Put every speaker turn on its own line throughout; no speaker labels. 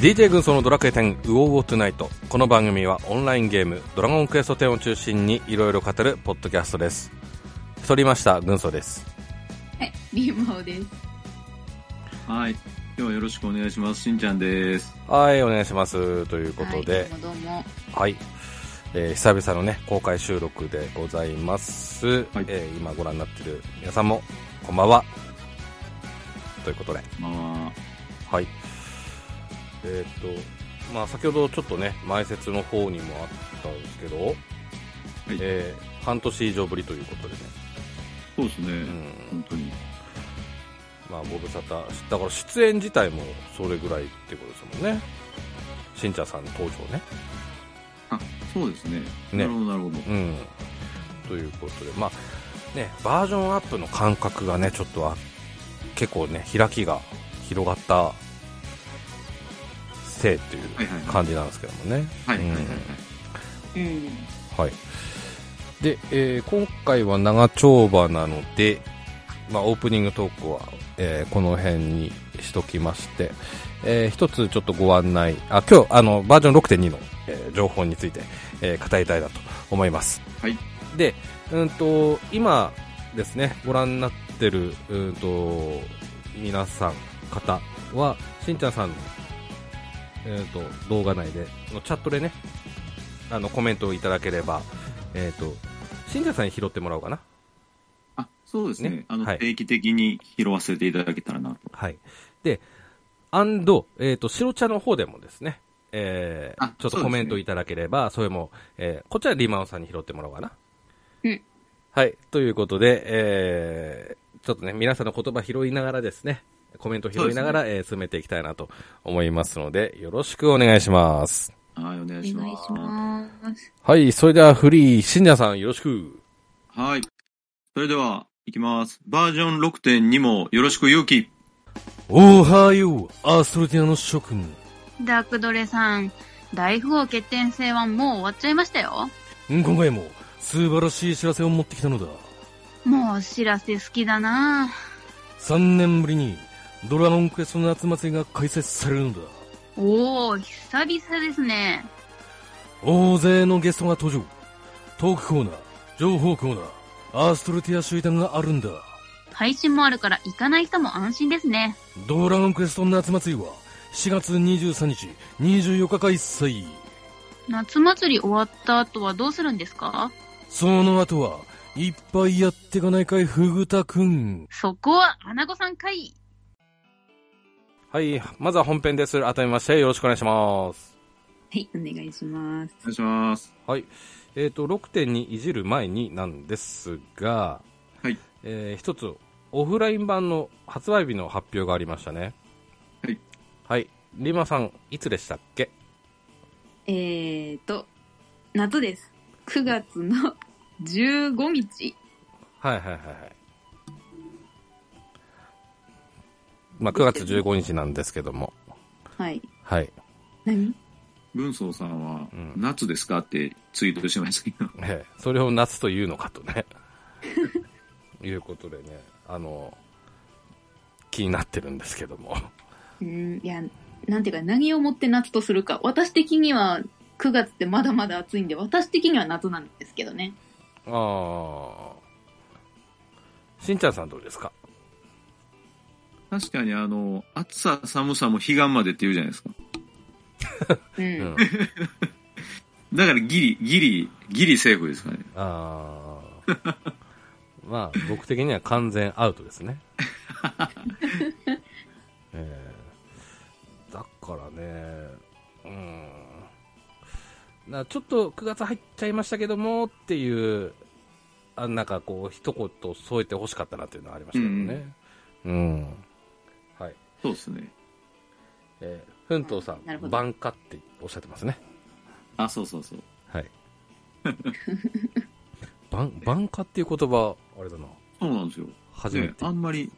DJ 軍曹のドラクエ10ウォーウォートゥナイトこの番組はオンラインゲームドラゴンクエスト10を中心にいろいろ語るポッドキャストです太りました軍曹です
はい、リーマオです。
はい。今日はよろしくお願いします。しんちゃんです。
はいお願いしますということで
はい、どうもどうも。
はい、えー久々のね公開収録でございます、
はい
えー今ご覧になってる皆さんもこんばんはということで
ま
はい。えーっと、まあ、先ほどちょっとね、前説の方にもあったんですけど、えー半年以上ぶりということでね、
あ、そうですね。
うん、
本当に。
まあ、ご無沙汰し、だから出演自体もそれぐらいってことですもんね。しんちゃんさん登場ね。
あ、そうですね。
ね
なるほど、なるほど。
うん。ということで、まあ、ね、バージョンアップの感覚がね、ちょっとあ結構ね、開きが広がったせいっていう
はいはいはい
感じなんですけどもね。
はい、はい、はい。はい
うん。
はい。で、えー今回は長丁場なので、まあ、オープニングトークは、えーこの辺にしときまして、えー一つちょっとご案内、あ、今日、あの、バージョン6.2の、えー情報について、えー語りたいなと思います。
はい。
で、うんと、今ですね、ご覧になってる、うんと、皆さん、方は、しんちゃんさんの、えー、と動画内でのチャットでねあのコメントをいただければ、えー、と信者さんに拾ってもらおうかな、
あ、そうですね。
ね
あの、
はい
定期的に拾わせていただけたらなと。
はい、でアンド、えー、と白茶の方でもですね、えー
あ
ちょっとコメントいただければそ,、れも、えーこっちはリマンさんに拾ってもらおうかな、
うん
はいということで、えーちょっとね皆さんの言葉拾いながらですねコメント拾いながら、えー進めていきたいなと思いますのでよろしくお願いします
はい、お願
お
いし
願い
ます。
します。
はい、それではフリー、信者さんよろしく。
はい。それでは、いきます。バージョン6.2もよろしく、勇気。
おはよう、アストロティアの諸君。
ダークドレさん、大富豪決定戦はもう終わっちゃいましたよ。
今回も素晴らしい知らせを持ってきたのだ。
もう知らせ好きだな
3年ぶりにドラゴンクエストの夏祭りが開催されるのだ。
おー、久々ですね。
大勢のゲストが登場。トークコーナー、情報コーナー、アストルティア集団があるんだ。
配信もあるから行かない人も安心ですね。
ドラゴンクエストの夏祭りは4月23日、24日開催。
夏祭り終わった後はどうするんですか
その後は、いっぱいやってかないかい、ふぐたくん。
そこは、アナゴさんかい。
はい、まずは本編です。改めましてよろしくお願いします。
はい、お願いします
お。願いします。
はい。えっ、と、6.2いじる前になんですが、
はい。
えー一つ、オフライン版の発売日の発表がありましたね。
はい。
はい。リマさん、いつでしたっけ
えーと、夏です。9月の15日。
はいはいはいはい。まあ、9月15日なんですけども。
はい。
はい。
何
文宗さんは、
うん
夏ですかってツイートしましたけど。
ええそれを夏というのかとね いうことでねあの気になってるんですけども
うん、いや、なんていうか、何をもって夏とするか。私的には、9月ってまだまだ暑いんで、私的には夏なんですけどね。
ああしんちゃんさんどうですか
確かに、あの、暑さ、寒さも彼岸までって言うじゃないですか。
う。
うんん
だからギリ、ギリ、ギリセーフですかね。
ああまあ僕的には完全アウトです ねええだからねうんなちょっと9月入っちゃいましたけどもっていうあなんかこう一言添えてほしかったなっていうのはありましたけどねうん、はい
そうですね。
えー、奮闘さ
なるほ
ん
ど
晩夏っておっしゃってますね
あ、そうそうそう。
はい 晩晩夏っていう言葉あれだな
そうなんですよ。
初め
ね
て、
あんまり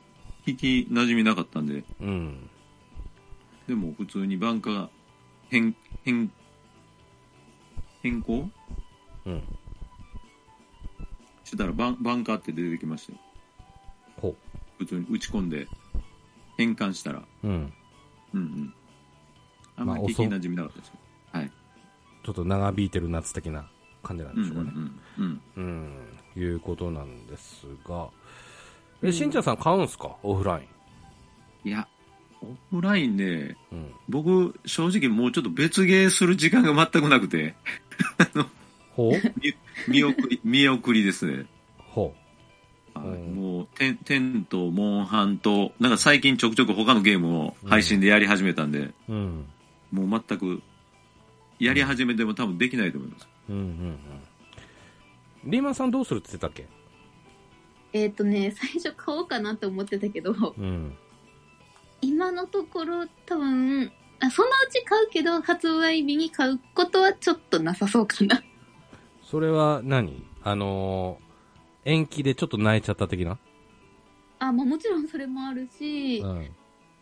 聞き馴染みなかったんで、
うん。
でも普通に晩夏変、変、変更
うん。
してたら晩晩夏って出てきましたよ。
ほ
普通に打ち込んで、変換したら。
う。うん。
うんうん。あんまり
まあ
聞き馴染みなかったですけ
ちょっと長引いてる夏的な感じなん
ど。
で
う
し
ん
ょう
う
かね。
んうんうん。
うん、いうことなんですが。
う
え、
ん
しんちゃんさん買うんすかオフライ
いや、オフラインね、
ン。うん。
僕、正直もうちょっと別ゲーする時間が全くなくて、
ほう
見送り、 見送りですね。
ほ
はい
うん
もう、テンテンと、モンハンと、なんか最近ちょくちょく他のゲームを配信でやり始めたんで、
う。うん。
もう全く、やり始めても多分できないと思います。
うんうんうん。リーマンさんどうするって言ってたっけ
えっ、とね、最初買おうかなって思ってたけど、
うん。
今のところ多分、あそのうち買うけど、発売日に買うことはちょっとなさそうかな。
それは何あのー延期でちょっと泣いちゃった的な
あ、まあもちろんそれもあるし、
うん。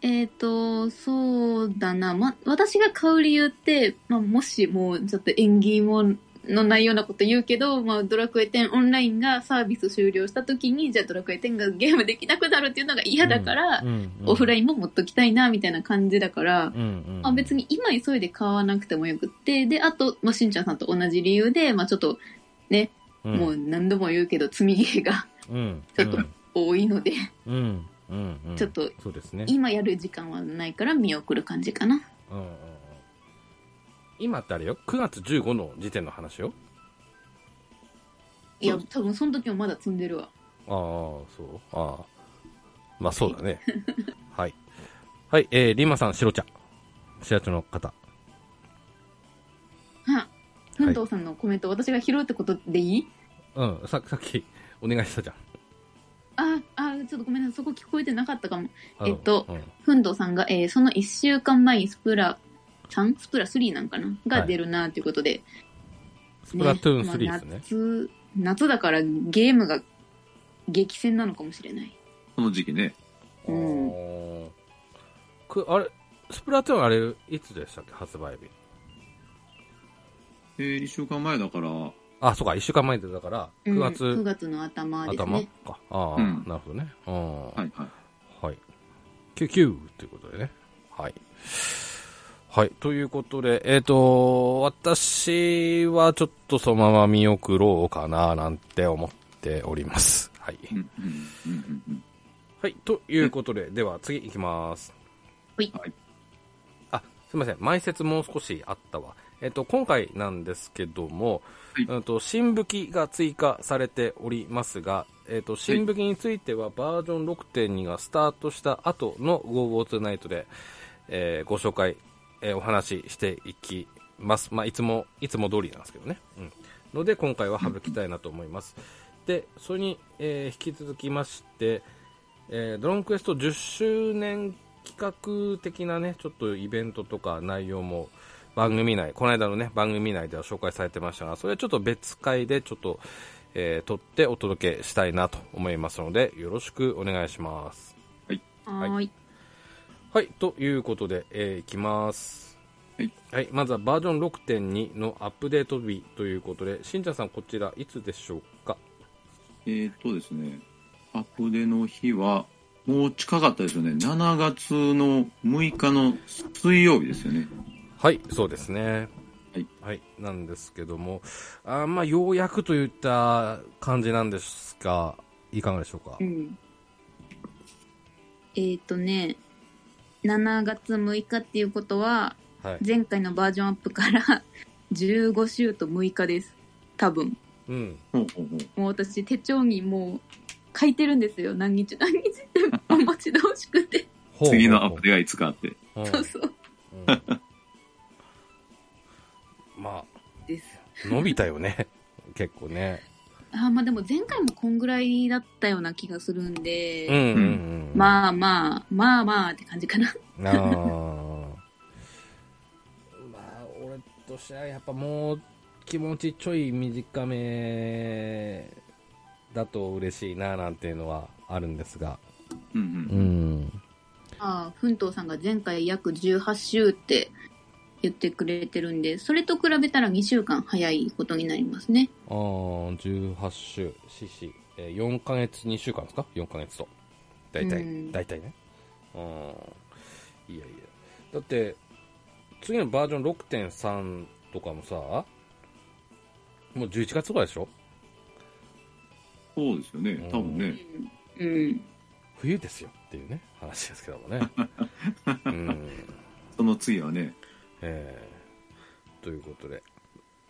えっ、と、そうだな、ま、私が買う理由って、まあもしもうちょっと縁起ものないようなこと言うけど、まあドラクエ10オンラインがサービス終了した時に、じゃあドラクエ10がゲームできなくなるっていうのが嫌だから、オフラ
イ
インも持っときたいな、みたいな感じだから、
ン。うんうん。
まあ、別に今急いで買わなくてもよくって、で、あと、まあ、しんちゃんさんと同じ理由で、まあ、ちょっと、
うん、
もう何度も言うけど、積み毛が
うん、
ちょっと多いので、
うん、うん、うん、うん
ちょっと
そうですね。
今やる時間はないから見送る感じかな。
うんうんうん今ってあれよ、9月15の時点の話よ。
いや、
そう
多分その時もまだ積んでるわ。
ああ、そう。ああ。まあそうだ ね。はい。はい、えー、リンマさん、白茶。白茶の方。
は、本藤さんのコメント、私が拾うってことでいい
うん、ささっき、お願いしたじゃん。
あ、あ、ちょっとごめんなさい、そこ聞こえてなかったかも。
あの
えっと
うん
ふんどうさんが、えーその1週間前にスプラちゃんスプラ3なんかな
は
が
い
出るなということで。
スプラトゥーン
まあ
3ですね。
夏、夏だからゲームが激戦なのかもしれない。
この時期ね。
あ
うん
ーくあれ、スプラトゥーンあれ、いつでしたっけ発売日。
えー、一週間前だから、
あ、そうか、1週間前でだから、9月、
うん、9月の頭です
頭
ね。
か。ああ、
うん
なるほどね。うん。
はいはい。
はい。キュキューということでね。はい。はい。ということで、えっ、と、私はちょっとそのまま見送ろうかな、なんて思っております。はい。
うんうんうんうんうん。
はい。ということで、では次行きます。
はい
はい。
あ、すいません。前説もう少しあったわ。えっ、と、今回なんですけども、
はい
うんと、新武器が追加されておりますが、えっ、と、新武器についてはバージョン6.2がスタートした後の GoWatchNight で、えーご紹介、えーお話ししていきます。まあ、いつも、いつも通りなんですけどね。うん。ので、今回は省きたいなと思います。で、それに、えー引き続きまして、えードローンクエスト10周年企画的なね、ちょっとイベントとか内容も番組内、この間のね、番組内では紹介されてましたが、それはちょっと別回でちょっと、えー撮ってお届けしたいなと思いますので、よろしくお願いします。
はーい。
はい、ということで、えーいきます。
はい。
はい、まずはバージョン6.2のアップデート日ということで、しんちゃんさんこちらいつでしょうか
えーっとですね、アプデの日は、もう近かったですよね。7月の6日の水曜日ですよね。
はい、そうですね。
はい。
なんですけども、あーまあ、ようやくといった感じなんですが、いかがでしょうか
う。ん。えっ、ー、とね、7月6日っていうことは、
はい。
前回のバージョンアップから15週と6日です。多分。
うん。
ほうほうほう。
もう私手帳にもう書いてるんですよ。何日何日ってお待ち遠しくて。
ほう
次のアプデがいつかあって。
ほうほう
そうそう。
うんうんま
です。
あ、伸びたよね。 結構ね。
あーまあでも前回もこんぐらいだったような気がするんで、
うんうんうん。あ
まあまあ、まあまあって感じかな。
ー。 まあ、俺としてはやっぱもう気持ちちょい短めだと嬉しいななんていうのはあるんですが。
うんう。
うんん。
ああ、ふんとうさんが前回約18週って言ってくれてるんで、それと比べたら2週間早いことになりますね。
あー18週、四四、えー、4ヶ月、2週間ですか ?4 ヶ月と。大体、
うん
大体ね。うん。いやいや。だって、次のバージョン6.3とかもさ、もう11月ぐらいでしょ
そうですよね、多分ね。
うん。うん。
冬ですよっていうね、話ですけども ね。うん。
その次はね、
えーということで。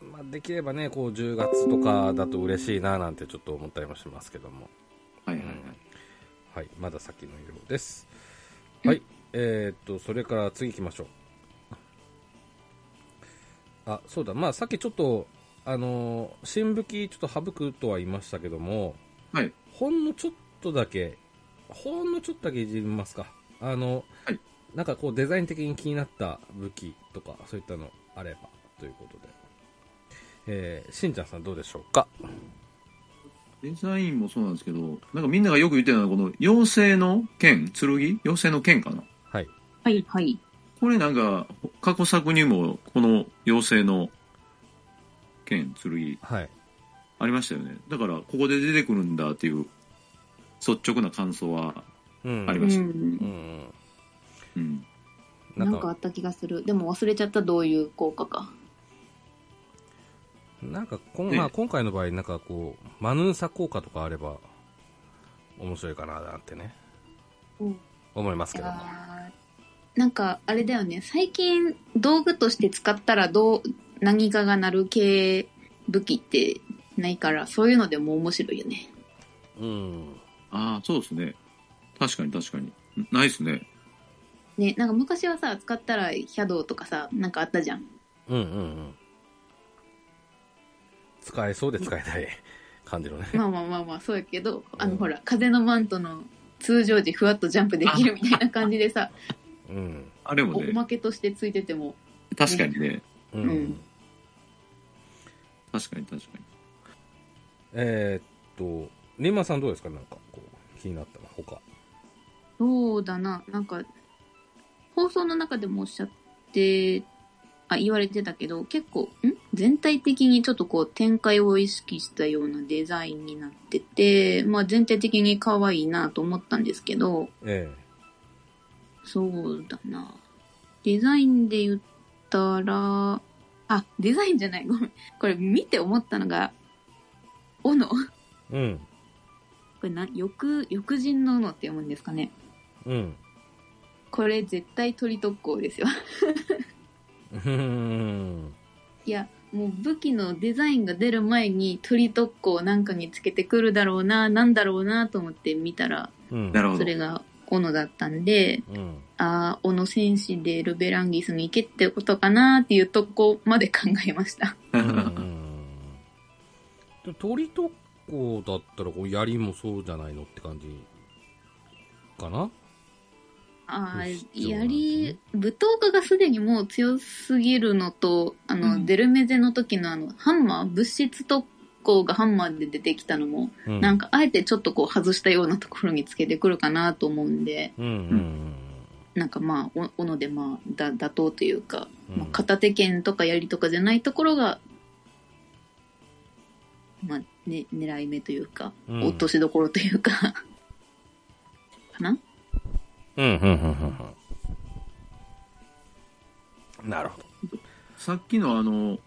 まあ、できればね、こう10月とかだと嬉しいななんてちょっと思ったりもしますけども。
はいはいはい。
はい、まだ先のようです。はい、えーっと、それから次行きましょう。あ、そうだ、まあさっきちょっと、あのー新武器ちょっと省くとは言いましたけども、
はい。
ほんのちょっとだけ、ほんのちょっとだけいじりますか。あの、
はい
なんかこうデザイン的に気になった武器とか、そういったのあれば、ということで。えー、しんちゃんさんどうでしょうか
デザインもそうなんですけど、なんかみんながよく言ってるのは、この妖精の剣、剣妖精の剣かな。
はい。
はいはい。
これなんか、過去作にも、この妖精の剣、剣、
はい。
ありましたよね。だから、ここで出てくるんだっていう、率直な感想は、
うん。
あり
う。
ました
うんん。
うん。
な
なんんか
か
あ、った気がする。でも忘れちゃったどういう効果か。
なんかこん、
ね
まあ、今回の場合、なんかこう、マヌーサ効果とかあれば、面白いかな、なんてね、
うん
思います
い
けども。
やーなんかあれだよね最近道具として使ったらどう何かがなる系武器ってないからそういうのでも面白いよね
うん。
ああ、そうですね。確かに確かに。ないですね。
ねなんか昔はさ使ったらシャドウとかさなんかあったじゃん
うんうんうん。使えそうで使えない感じのね。
まあまあまあまあそうやけどあ
うん
のほら風のマントの通常時ふわっとジャンプできるみたいな感じでさ
うん。
あれ
お
も
お
ね、
まけとしてついてても
確かにね。
うん。
うん
確かに確かに。
えーっと、リンマさんどうですかなんか、こう、気になったの、他。
そうだな、なんか、放送の中でもおっしゃって、あ、言われてたけど、結構、ん全体的にちょっとこう展開を意識したようなデザインになってて、まあ全体的に可愛いなと思ったんですけど、
え
そうだな。デザインで言ったら、あ、デザインじゃない、ごめん。これ見て思ったのが、斧。こ
えうん。
れな、翼、翼人の斧って読むんですかね。
うん。
これ絶対鳥特攻ですよ。
うん。
いや、もう武器のデザインが出る前に鳥特攻なんかにつけてくるだろうな、なんだろうなと思って見たら、
うん。
なるほ
そ
ど。
れが斧だったんで、
うん。
ああ、斧戦士でルベランギスに行けってことかなっていうとこまで考えま した。
で鳥特攻だったらこう槍もそうじゃないのって感じかな
ああ、
必要なんですね
槍、武闘家がすでにもう強すぎるのと、あの、
うん
デルメゼの時のあの、ハンマー、物質特攻がハンマーで出てきたのも、
うん
なんかあえてちょっとこう外したようなところにつけてくるかなと思うんで、
うんうん
なんかまあ、お斧でまあ、だ妥当というか、
うん
まあ、片手剣とか槍とかじゃないところが、まあ、ね、狙い目というか、
うん
落としどころというか、 かな
うんうんうんうんうんなるほど
さっきのあの、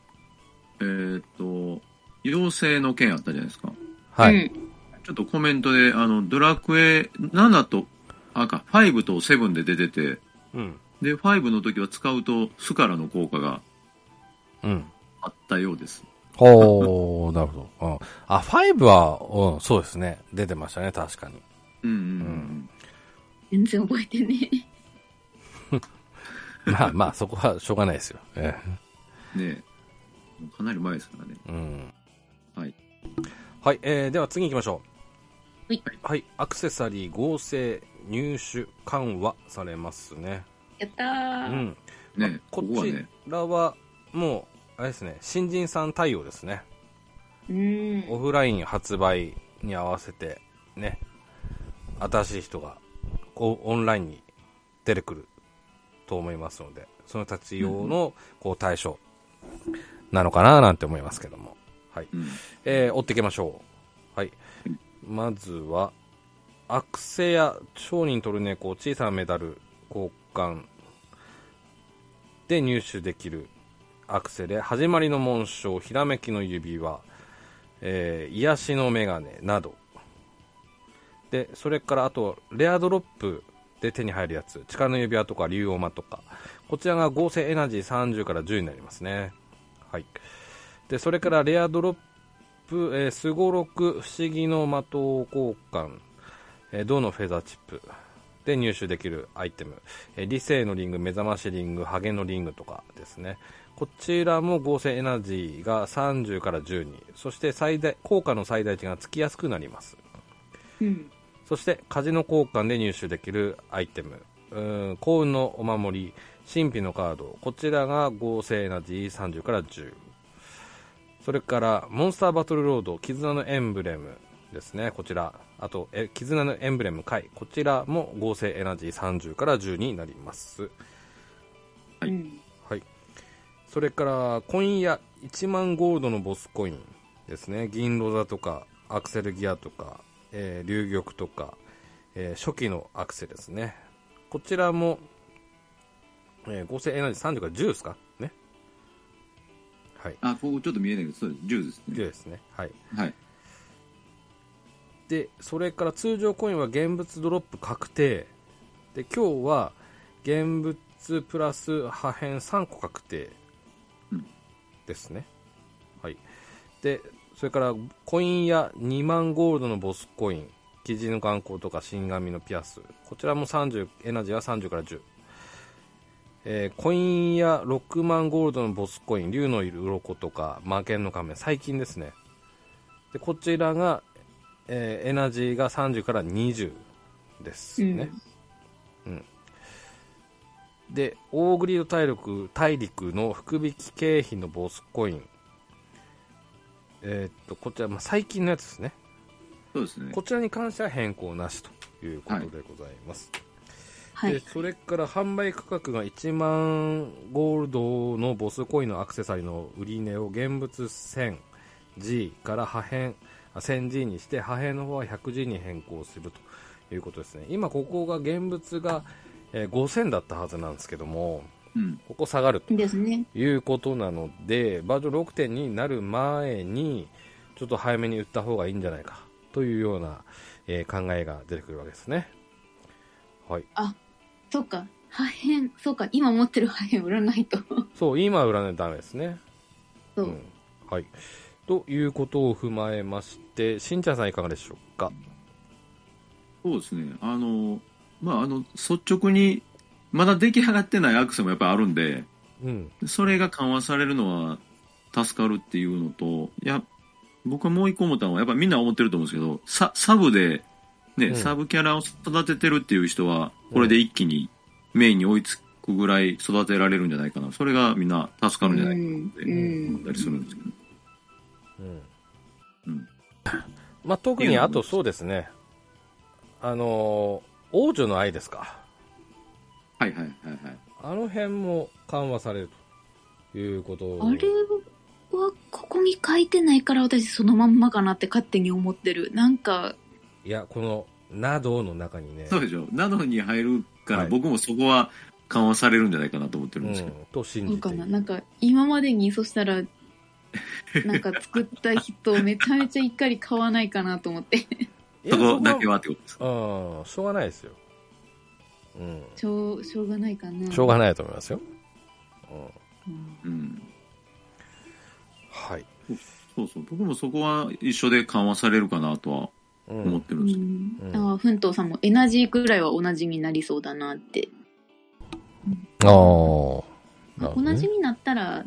えーっと、妖精の剣あったじゃないですか。
はい、
うん
ちょっとコメントで、あの、ドラクエ7と、あか、5と7で出てて、
うん
で、5の時は使うと、スカラの効果が
うん
あったようです。
ほうなるほど、うん、あファイブは、うん、そうですね出てましたね確かに
うんうんうん。
うん
全然覚えてねえ。
まあまあそこはしょうがないですよ、え
ねえかなり前ですからね。
えうん
はい。
はい、えー、では次行きましょう。
はい。
はい、アクセサリー合成入手緩和されますね。
やった
う
ー。
ん。
ねえ
こ
ここは
ち
ね、
らは、もう、あれですね、新人さん対応ですね。
うん。
オフライン発売に合わせて、ね、新しい人が、こう、オンラインに出てくると思いますので、そのたち用の、こう、対象なのかななんて思いますけども。はい。
うん。
えー追っていきましょう。はい。まずは、アクセや商人トルネコ、小さなメダル交換、で入手できるアクセで始まりの紋章ひらめきの指輪、えー癒しの眼鏡などでそれからあとレアドロップで手に入るやつ力の指輪とか竜王間とかこちらが合成エナジー30から10になりますねはいでそれからレアドロップえーすごろく不思議の的交換、えー銅のフェザーチップで入手できるアイテム、えー理性のリング目覚ましリングハゲのリングとかですねこちらも合成エナジーが30から10にそして最大効果の最大値がつきやすくなります
うん。
そしてカジノ交換で入手できるアイテムうーん幸運のお守り神秘のカードこちらが合成エナジー30から10それからモンスターバトルロード絆のエンブレムですねこちらあとえ絆のエンブレム回こちらも合成エナジー30から10になります
はい
うん
はい、それからコインや1万ゴールドのボスコインですね銀ロザとかアクセルギアとか、えー龍玉とか、えー初期のアクセですねこちらも、えー合成エナジー30から10ですかねはい
あ、ここちょっと見えないけど、そうです。10です
10
ね。
ですねはい
はい。
でそれから通常コインは現物ドロップ確定で今日は現物プラス破片3個確定
うん
ですね、はいでそれからコインや2万ゴールドのボスコインキジの眼光とか新紙のピアスこちらも30エナジーは30から10えーコインや6万ゴールドのボスコイン竜のいる鱗とか魔剣の仮面最近ですねでこちらがえーエナジーが30から20ですね、うんでオーグリード大陸大陸の福引き経費のボスコインえーっとこちら、まあ、最近のやつですね
そうですね
こ。ちらに関しては変更なしということでございます、
は
で
い。
それから販売価格が1万ゴールドのボスコインのアクセサリーの売値を現物 1000G から破片あ 1000G にして破片の方は 100G に変更するということですね今ここが現物が、えー5000だったはずなんですけども
うん。
ここ下がると
ですね。
いうことなのでバージョン6.2になる前にちょっと早めに売った方がいいんじゃないかというような、えー考えが出てくるわけですねはい
そうか。破片、そうか。今持ってる破片売らないと。
そう、今は売らないとダメですね。
そう。
ん。はい。ということを踏まえまして、しんちゃんさんいかがでしょうか
そうですね。あの、まあ、あの、率直に、まだ出来上がってないアクセもやっぱりあるんで、
うん。
それが緩和されるのは助かるっていうのと、いや、僕はもう一個思ったのは、やっぱみんな思ってると思うんですけど、ササブで、ね、
うん
サブキャラを育ててるっていう人は、これで一気にメインに追いつくぐらい育てられるんじゃないかな。それがみんな助かるんじゃないかなって思ったりするんですけど。
うん。
うん
まあ、特
いい
に、
よ
あとそうですね。あのー王女の愛ですか。
はいはいはいはい。
あの辺も緩和されるということ
あれは、ここに書いてないから私そのまんまかなって勝手に思ってる。なんか、
いや、この、などの中にね、
そうでしょ。などに入るから、
はい
僕もそこは緩和されるんじゃないかなと思ってる
うん
ですけど。
ん、と信
どう
じて
か
い
な。
る。
なんか、今までに、そし たら、なんか作った人めちゃめちゃ一回り買わないかなと思って。
いや
そこだけ。はってことです
そこはうん、しょうがないですよ。うん。
しょう、しょうがないかな。
しょうがないと思いますよ。うん。
うん
うん。
はい。
そうそう。僕もそこは一緒で緩和されるかなとは
うん
思ってる
うん
ですけど。
ん
う。ん
ああ、奮闘さんもエナジーくらいは同じになりそうだなって。
ああ。なるほ
同
どね
じになったら、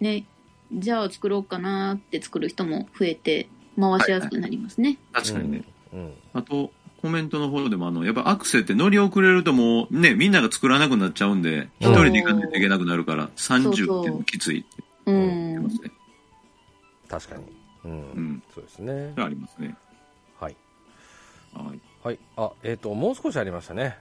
ね、じゃあ作ろうかなって作る人も増えて、回しやすくなりますね。
確かにね。
うん。
あと、コメントの方でも、あの、やっぱアクセって乗り遅れるともうね、みんなが作らなくなっちゃうんで、一人で行かないといけなくなるから、30っていうのもきついって
う
言
ん
ってま。すね。
確かに。うん。
うん。
そうですね
それ。はありますね。
はい。
はい。
はい。あ、えっ、と、もう少しありましたね。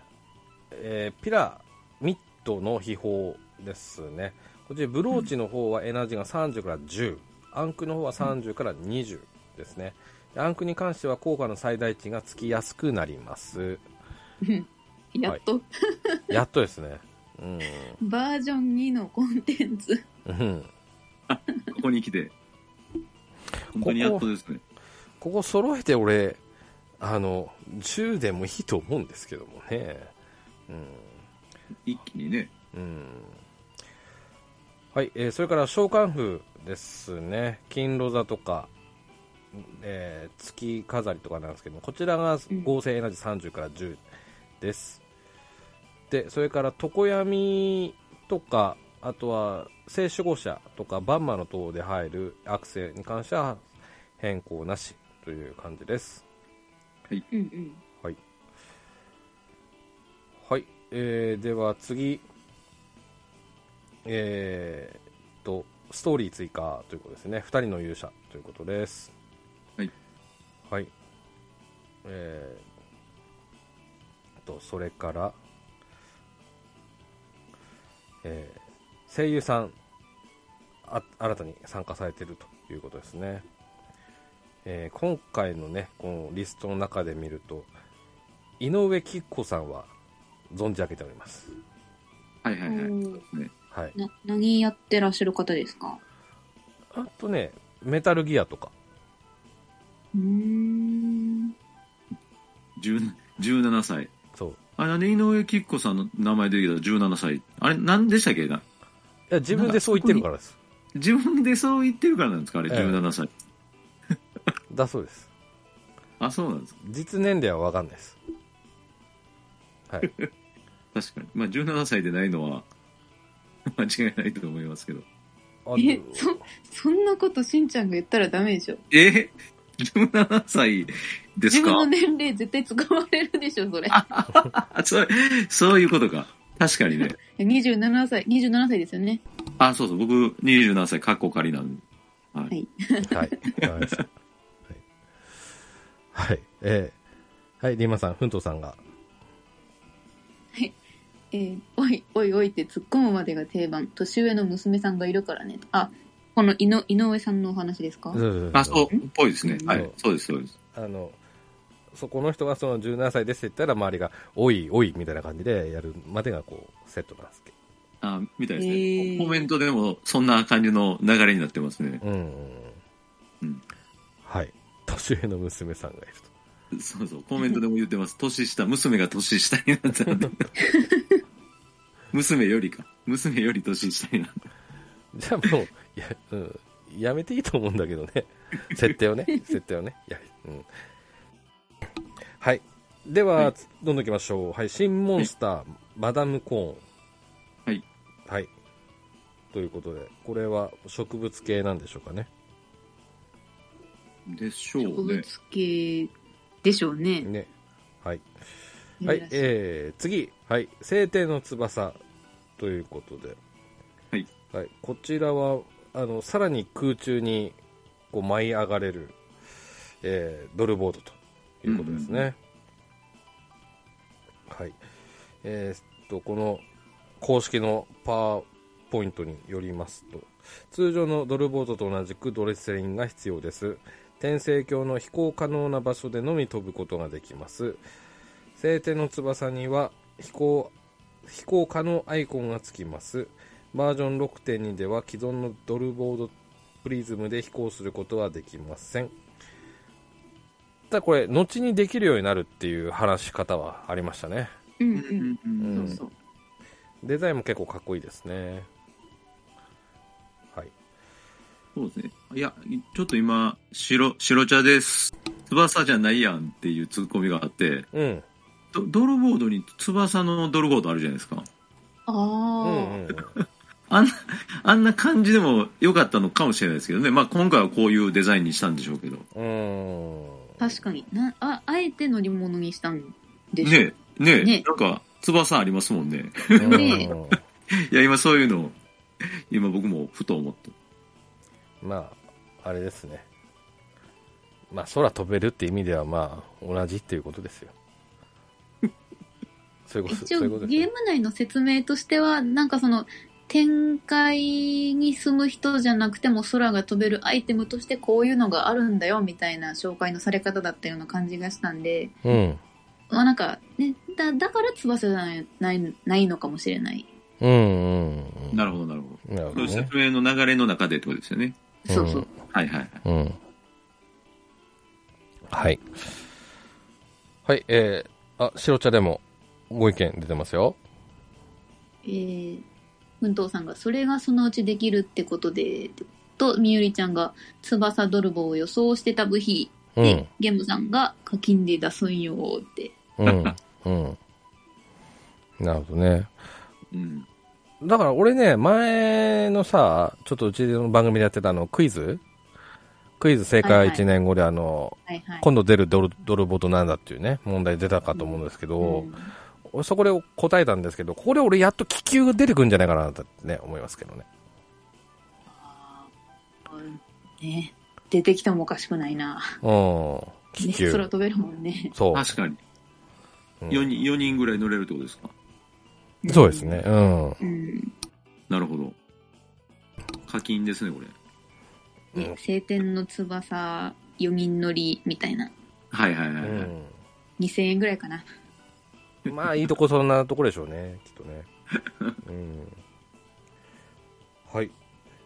えーピラミッドの秘宝ですね。こちら、ブローチの方はエナジーが30から10。アンクの方は30から20ですね。でアンクに関しては効果の最大値がつきやすくなります。
やっと。
やっとですね。うん。
バージョン2のコンテンツ。
うん。
ここに来て。本当にやっとですね。
ここ揃えて俺、あの、10でもいいと思うんですけどもね。
一気にね。
うん。うん。はい、えーそれから召喚風ですね。金ロザとか、えー月飾りとかなんですけども、こちらが合成エナジー30から10です。で、それから常闇とか、あとは聖守護者とかバンマの塔で入るアクセに関しては変更なしという感じです。
うんうん。
はい。はい。えー、では次。えー、と、ストーリー追加ということですね。二人の勇者ということです。
はい。
はい。えー、と、それから、えー、声優さん、あ、新たに参加されているということですね。えー今回のね、このリストの中で見ると、井上貴子さんは存じ上げております。
はいはいはい。
おー
ね、
はい。
な、何やってらっしゃる方ですか
あとね、メタルギアとか。
うーん。
10 17歳。
そう。い
あれ、なんで井上貴子さんの名前出てきたら17歳。あれ、なんでしたっけな
や、自分でそう言ってるからです。
自分でそう言ってるからなんですかあれ、
ええ
17歳。
だそうです。
あ、そうなんですか
実年齢はわかんないです。はい。
確かに。まあ、17歳でないのは、 間違いないと思いますけど。
あ
え、そ、そんなことしんちゃんが言ったらダメでしょ。
え ?17 歳で
自
す
分の
か
年齢絶対使われるでしょ、それ。
あそう、そういうことか。確かにね。
27歳、27歳ですよね。
あ、そうそう、僕、27歳、カッコ仮なんで。
はい。わかりましたはい。はい。えー、はい、リーマンさん、フントさんが。
えーおい、おいおいって突っ込むまでが定番。年上の娘さんがいるからね。あ、この井の井上さんのお話ですか
あ、そう、っぽいですね。は
う
い
ん。
そうです、そうです。
あの、そこの人がその17歳ですって言ったら、周りが、おい、おい、みたいな感じでやるまでがこう、セットなんですけ
あ、みたいです
へ
ね。
ー
コメントでも、そんな感じの流れになってますね。
ど。うん、う
うんん。
はい。年上の娘さんがいる
そうそう、コメントでも言ってます。 年下、娘が年下になったん で。娘よりか。娘より年下になった。
と。 じゃあもう、いや、うん、やめていいと思うんだけど ね。設定をね、設定をね。いや、うん。はい。では、
はい
どんどん行きましょう。はい。新モンスター、マダムコーン。
はい。
はい。ということで、これは植物系なんでしょうかね。
でしょ
植
うね。
物系でしょうね。
ね。はい。はい、
え
えー、次、はい、聖帝の翼ということで、
はい。
はい、こちらは、あの、さらに空中に、こう、舞い上がれる、えー、ドルボードということですね。はい。えー、っと、この、公式のパワーポイントによりますと、通常のドルボードと同じくドレスリンが必要です。天聖教の飛行可能な場所でのみ飛ぶことができます。聖帝の翼には飛行飛行可能アイコンがつきますバージョン6.2では既存のドルボードプリズムで飛行することはできませんただこれ後にできるようになるっていう話し方はありましたね
うん
う
うん。
んうんうん
そうそう。
デザインも結構かっこいいですねはい
そうですね。いや、ちょっと今、白、白茶です。翼じゃないやんっていうツッコミがあって、
うん
ドドルボードに翼のドルボードあるじゃないですか。
う
ああ、
んうん
あんな、あんな感じでも良かったのかもしれないですけどね。まあ今回はこういうデザインにしたんでしょうけど。
うんうん
確かになあ。あえて乗り物にしたんでしょ。
ねえ、ねえ、
ね
なんか翼ありますもんね。
ね
うん
いや、今そういうの、今僕もふと思った。
まあ、あれですね。まあ、空飛べるって意味では、まあ、同じっていうこと ですよ。そういうこと、
一
そういうこ
応
とです
ゲー
よ。
ム内の説明としては、なんかその、展開に住む人じゃなくても空が飛べるアイテムとしてこういうのがあるんだよみたいな紹介のされ方だったような感じがしたんで、
うん。
まあなんかね、だだから翼じゃないないないのかもしれない
うんうんうん。
なるほど、なるほど。
なる
そういう説明の流れの中でってことですよね。
そうそう。
はいはいはい。
うん。はい。はい、えー、あ、白茶でもご意見出てますよ。
えー、奮闘さんが、それがそのうちできるってことで、と、みゆりちゃんが、翼泥棒を予想してた部費。
う
で
ん。、
ゲムさんが、課金で出すんよーって。
うん。うん。なるほどね。
うん。
だから俺ね、前のさ、ちょっとうちの番組でやってたあの、クイズクイズ正
はい
解
はい
1年後であの、
はいはい。
今度出る泥泥棒となんだっていうね、問題出たかと思うんですけど、俺そこで答えたんですけど、ここで俺やっと気球が出てくるんじゃないかなってね、思いますけどね。
うんね、出てきてもおかしくないな。
うん。気
ね、
球。
空飛べるもんね。
そう。
確か
う
に。
ん
4人、四人ぐらい乗れるってことですか。
そうですね。うん。
うん。
なるほど。課金ですね、これ。
ね
うん
晴天の翼、4人乗りみたいな。
はいはいはい、はい
2000円ぐらいかな。
うん まあ、いいとこそんなとこでしょうね、きっと ね。うん。はい。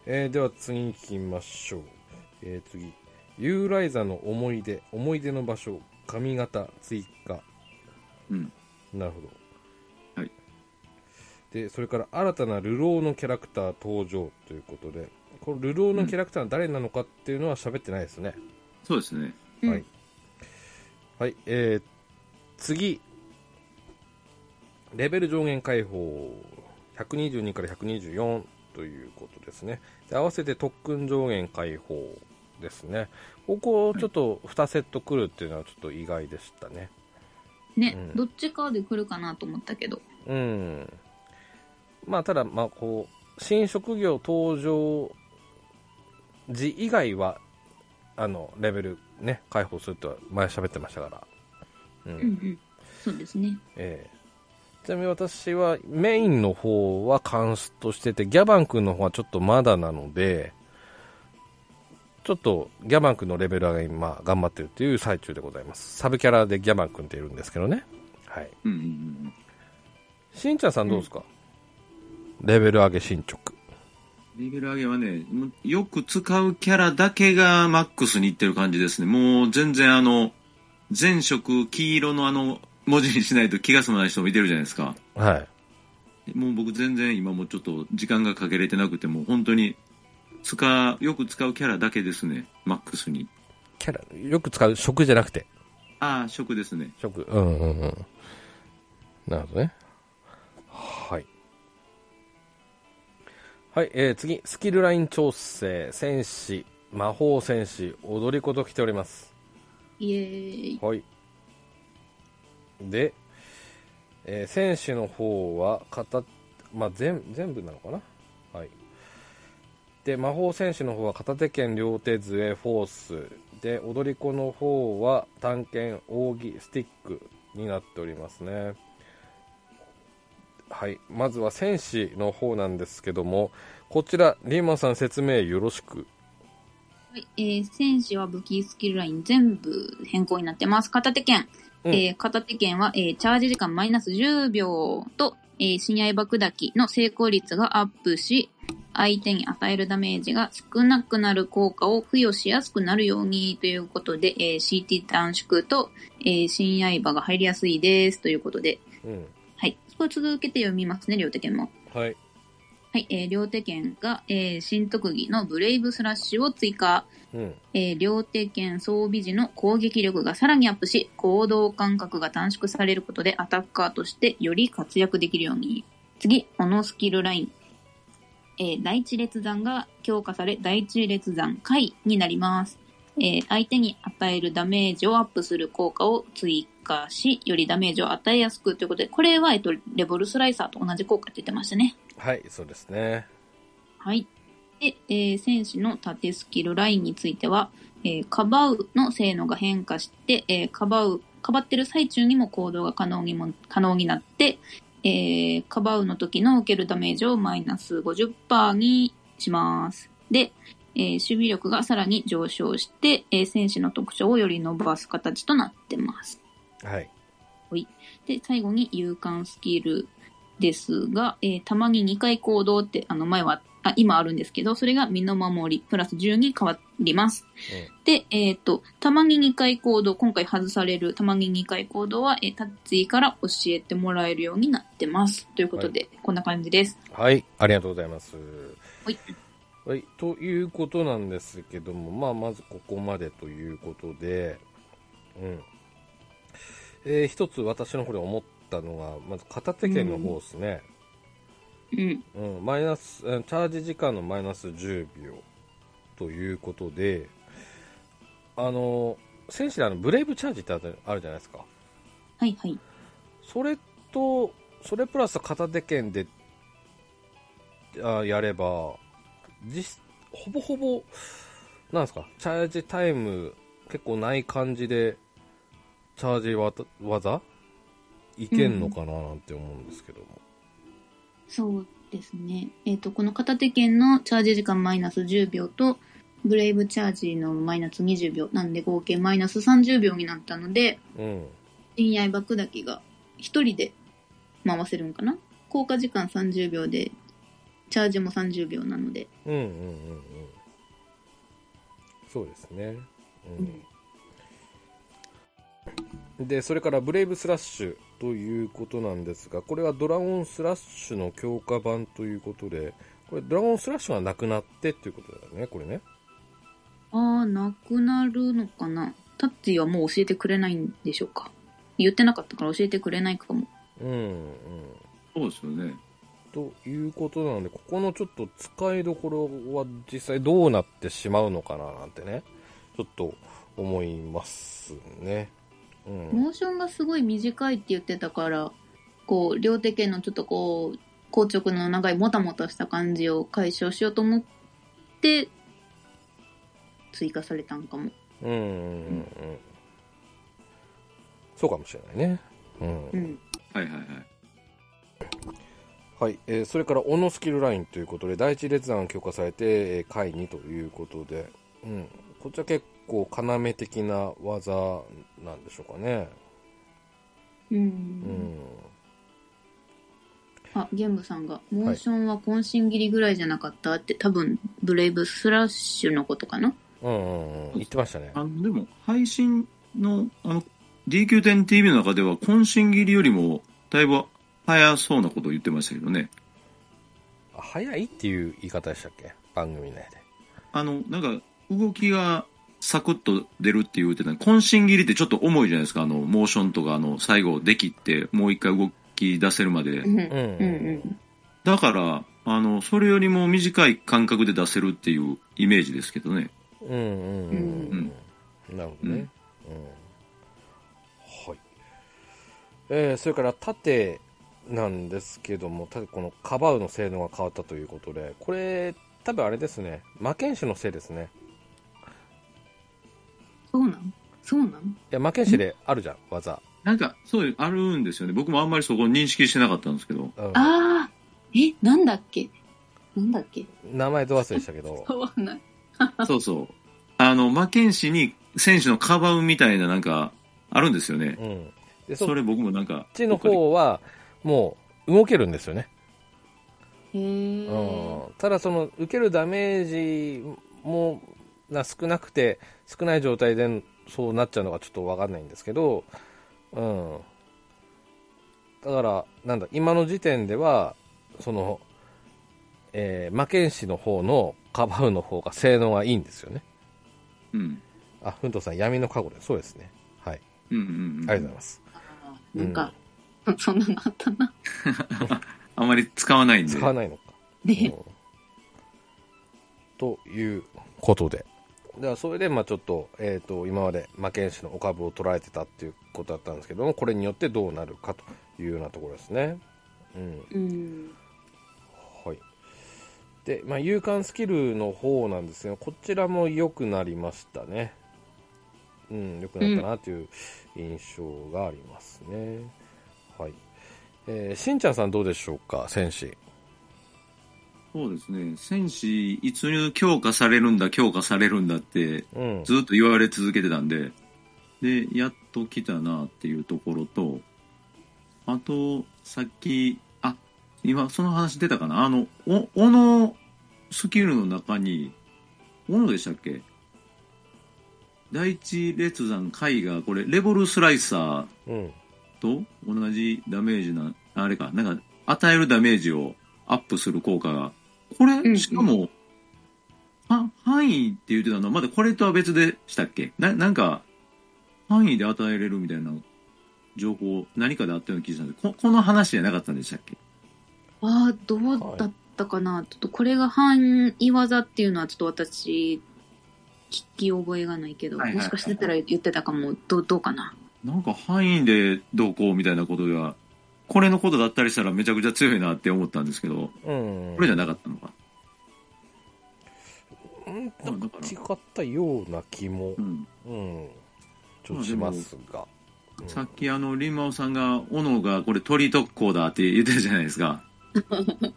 えーでは次に聞きましょう。えー次。ユ来ライザの思い出、思い出の場所、髪型、追加。
うん。
なるほど。
はい。
で、それから新たな流浪のキャラクター登場ということで、この流浪のキャラクターは誰なのかっていうのは喋ってないですね。
そうですね。
うん
はい。はい、えー、次。レベル上限解放。122から124ということですね。で合わせて特訓上限解放ですね。ここ、ちょっと2セット来るっていうのはちょっと意外でしたね。
ね、
うん
どっちかで来るかなと思ったけど。
うん。まあ、ただ、まあ、こう、新職業登場時以外は、あの、レベルね、解放するとは前喋ってましたから。
うんうん。そうですね。
ええちなみに私はメインの方はカンストしてて、ギャバン君の方はちょっとまだなので、ちょっとギャバン君のレベルが今頑張ってるっていう最中でございます。サブキャラでギャバン君っているんですけどね。はい。
うんうんうん
しんちゃんさんどうですか、レベル上げ進捗。
うん。レベル上げはね、もうよく使うキャラだけがマックスにいってる感じですね。もう全然あの、全色黄色のあの文字にしないと気が済まない人もいてるじゃないですか。
はい。
もう僕全然今もうちょっと時間がかけれてなくて、もう本当に使う、よく使うキャラだけですね。マックスに。
キャラ、よく使う食じゃなくて。
ああ、食ですね。
食。うんうんうん。なるほどね。はい。はい、えー、次、スキルライン調整、戦士、魔法戦士、踊り子と来ております。
イエーイ。
はい。で、えー選手の方は、かた、まあ、全、全部なのかなはい。で、魔法選手の方は片手剣、両手杖、フォース。で、踊り子の方は、探検、扇、スティックになっておりますね。はい。まずは戦士の方なんですけども、こちら、リーマンさん説明よろしく。
はい、えー、戦士は武器スキルライン全部変更になってます。片手剣。
うん
えー片手剣は、えーチャージ時間マイナス10秒と、えー、親愛爆打機の成功率がアップし、相手に与えるダメージが少なくなる効果を付与しやすくなるようにということで、えー CT 短縮と、えー、新刃が入りやすいですということで、
うん。
はい。これ続けて読みますね、両手剣も。
はい。
はい、えー両手剣が、えー新特技のブレイブスラッシュを追加。
うん。
えー両手剣装備時の攻撃力がさらにアップし、行動間隔が短縮されることでアタッカーとしてより活躍できるように。次、このスキルライン。えー第一列山が強化され、第一列山回になります。えー相手に与えるダメージをアップする効果を追加し、よりダメージを与えやすくということで、これは、えっと、レボルスライサーと同じ効果って言ってましたね。
はい、そうですね。
はい。で、えー戦士の縦スキルラインについては、えーかばうの性能が変化して、えーかばう、かばってる最中にも行動が可能にも、可能になって、えーかばうの時の受けるダメージをマイナス50%にします。で、えー守備力がさらに上昇して、えー戦士の特徴をより伸ばす形となってます。
はい。
で、最後に勇敢スキル。ですが、えーたまに2回行動って、あの、前は、あ、今あるんですけど、それが身の守り、プラス10に変わります。で、えっ、と、たまに2回行動、今回外されるたまに2回行動は、えー、タッチから教えてもらえるようになってます。ということで、こんな感じです。
はい、ありがとうございます。
はい。
はい、ということなんですけども、まあ、まずここまでということで、うん。えー一つ私の方で思ったのが、まず片手剣の方ですね。
うん。
うん、マイナス、えーチャージ時間のマイナス10秒ということで、あの、選手であの、ブレイブチャージってあるあるじゃないですか。
はいはい。
それと、それプラス片手剣で、あやれば、実、ほぼほぼ、なんですか、チャージタイム結構ない感じで、チャージわた技いけんのかななんて思うんですけども。
そうですね。えっ、と、この片手剣のチャージ時間マイナス10秒と、ブレイブチャージのマイナス20秒、なんで合計マイナス30秒になったので、
うん。
親愛爆だけが一人で回せるんかな効果時間30秒で、チャージも30秒なので。
うんうんうんうん。そうですね。うん。で、それからブレイブスラッシュということなんですが、これはドラゴンスラッシュの強化版ということで、これドラゴンスラッシュがなくなってということだよね、これね。
ああ、なくなるのかなタッチはもう教えてくれないんでしょうか言ってなかったから教えてくれないかも。
うんうん。
そうですよね。
ということなので、ここのちょっと使いどころは実際どうなってしまうのかななんてね、ちょっと思いますね。うん。
モーションがすごい短いって言ってたから、こう、両手剣のちょっとこう、硬直の長いもたもたした感じを解消しようと思って、追加されたんかも。
うんうんうんうんそうかもしれないね。うん
うん。
はいはいはい。
はい、えーそれから、オノスキルラインということで、第一列段が強化されて、えー、下位にということで、うん、こっちは結構、要的な技なんでしょうかね。
うん。
うん、
あ、ゲンブさんが、モーションは渾身切りぐらいじゃなかったって、多分、ブレイブスラッシュのことかな
うん、うん、うん、言ってましたね。
あの、でも、配信の、あの、DQ10TV の中では、渾身切りよりも、だいぶ早そうなことを言ってましたけどね。
あ早いっていう言い方でしたっけ番組内で。
あの、なんか、動きが、サクッと出るって言うてた渾身切りってちょっと重いじゃないですか。あの、モーションとか、あの、最後、できって、もう一回動き出せるまで。
うん。
うん、
うんうん。
だから、あの、それよりも短い間隔で出せるっていうイメージですけどね。
うんうんうんうんなるほどね、うんはいえーそれから盾なんですけども盾このカバウの性能が変わったということでこれ多分あれですね魔剣士のせいですね
そうなんそうなん
いや魔剣士であるじゃん技、
なんか、そういう、あるんですよね。僕もあんまりそこ認識してなかったんですけど。
うん、
ああ、え、なんだっけなんだっけ
名前ど忘れしたけど
わかんない。
そうそう。あの、魔剣士に選手のカバウみたいななんか、あるんですよね。
うんでそ
そ
っ
れ僕もなんか。
ちの方はもう動けるんですよね
へえ。
うんただその受けるダメージもな少なくて少ない状態でそうなっちゃうのがちょっと分かんないんですけど、うん、だからなんだ今の時点ではその、えー、魔剣士の方のカバウの方が性能がいいんですよね
うん。
あふんとうさん闇の加護でそうですねはい
うんうん、うん。
ありがとうございます、
なんか、そんなのあったな。
あんまり使わないんで。
使わないのか
ね。
うんということで。だからそれで、まあちょっと、えっ、と、今まで魔剣士のお株を捉えてたっていうことだったんですけども、これによってどうなるかというようなところですね。うん。
うん。
はい。で、まあ勇敢スキルの方なんですが、こちらも良くなりましたね。うん、良くなったなという印象がありますね。はい。えー、しんちゃんさんどうでしょうか、戦士。
そうですね。戦士、いつ強化されるんだ、強化されるんだって、
うん。
ずっと言われ続けてたんで、で、やっと来たなっていうところと、あと、さっき、あ、今、その話出たかなあの、お、おのスキルの中に、おのでしたっけ第一列山絵画、これ、レボルスライサ
うん。
ーと同じダメージな、あれか、なんか、与えるダメージをアップする効果が、こ
う
れ、
ん
しかも、は範囲って言ってたのは、まだこれとは別でしたっけな、なんか、範囲で与えれるみたいな情報、何かであったような気がしたんで、ここの話じゃなかったんでしたっけ
ああ、どうだったかな、ちょっとこれが範囲技っていうのはちょっと私、聞き覚えがないけど、
はいはいはい
もしかしてたら言ってたかも、どうどうかな。
なんか範囲でどうこうみたいなことが、これのことだったりしたらめちゃくちゃ強いなって思ったんですけど、
うん。
これじゃなかったのか。
うん、なんか違ったような気も
う、ん。
うん、ちょっとしますが。うん
さっきあの、リンマオさんが、斧がこれ鳥特攻だって言ってたじゃないです か。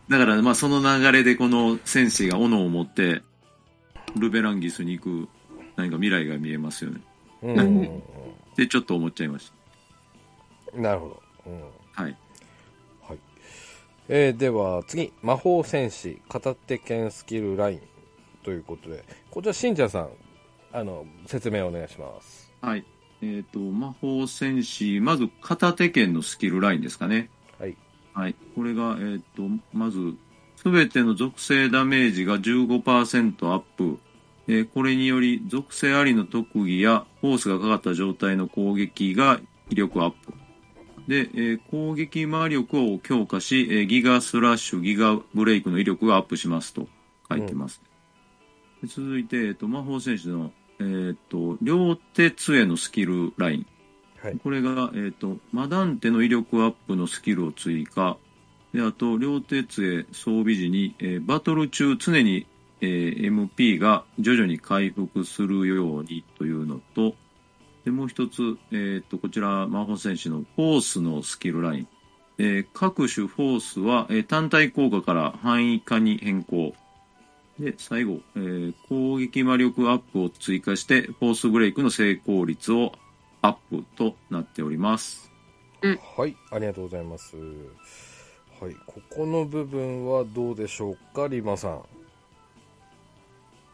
だからまあその流れでこの戦士が斧を持って、ルベランギスに行く何か未来が見えますよね。
うんうん
で、ちょっと思っちゃいまし
うんなるほど。うん
た。はい。
はいえーでは次、魔法戦士片手剣スキルラインということで、こちら、しんちゃんさん、あの説明お願いします。
はい。えっ、と、魔法戦士、まず片手剣のスキルラインですかね。
はい。
はい。これが、えっ、と、まず、すべての属性ダメージが15%アップ。えーこれにより、属性ありの特技やフォースがかかった状態の攻撃が威力アップ。で、えー攻撃魔力を強化し、えーギガスラッシュ、ギガブレイクの威力がアップしますと書いてます。で続いて、えっ、と、魔法戦士の、えっ、と、両手杖のスキルライン。
はい
これが、えっ、と、マダンテの威力アップのスキルを追加。で、あと、両手杖装備時に、えーバトル中常に、えー MP が徐々に回復するようにというのと、で、もう一つ、えっ、と、こちら、魔法戦士のフォースのスキルライン。えー各種フォースは、えー単体効果から範囲化に変更。で、最後、えー攻撃魔力アップを追加して、フォースブレイクの成功率をアップとなっております。
はい、ありがとうございます。はい、ここの部分はどうでしょうか、リマさん。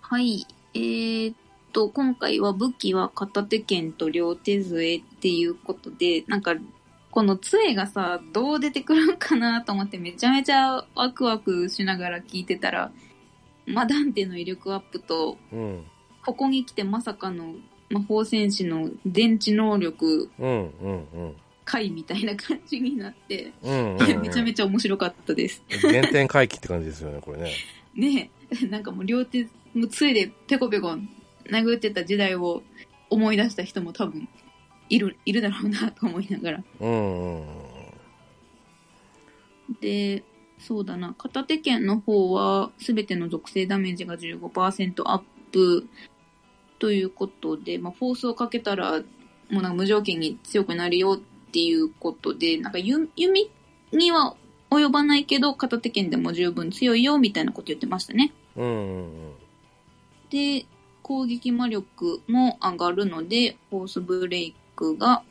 はい。えーっと、今回は武器は片手剣と両手杖っていうことで、なんか、この杖がさ、どう出てくるんかなと思ってめちゃめちゃワクワクしながら聞いてたら、マダンテの威力アップと、
うん、
ここに来てまさかの魔法戦士の電池能力
うん、うん、うん。
回みたいな感じになって、
うん、うん
いやめちゃめちゃ面白かったです。
原点回帰って感じですよね、これね。
ねえ、 なんかもう両手、もう杖でペコペコ殴ってた時代を思い出した人も多分いる、いるだろうなと思いながら。
うん、うん、うん
で、そうだな、片手剣の方は全ての属性ダメージが15%アップということで、まあ、フォースをかけたら、もうなんか無条件に強くなるよっていうことで、なんか弓弓には及ばないけど、片手剣でも十分強いよみたいなこと言ってましたね。
うん、うん。
で、攻撃魔力も上がるので、フォースブレイクが、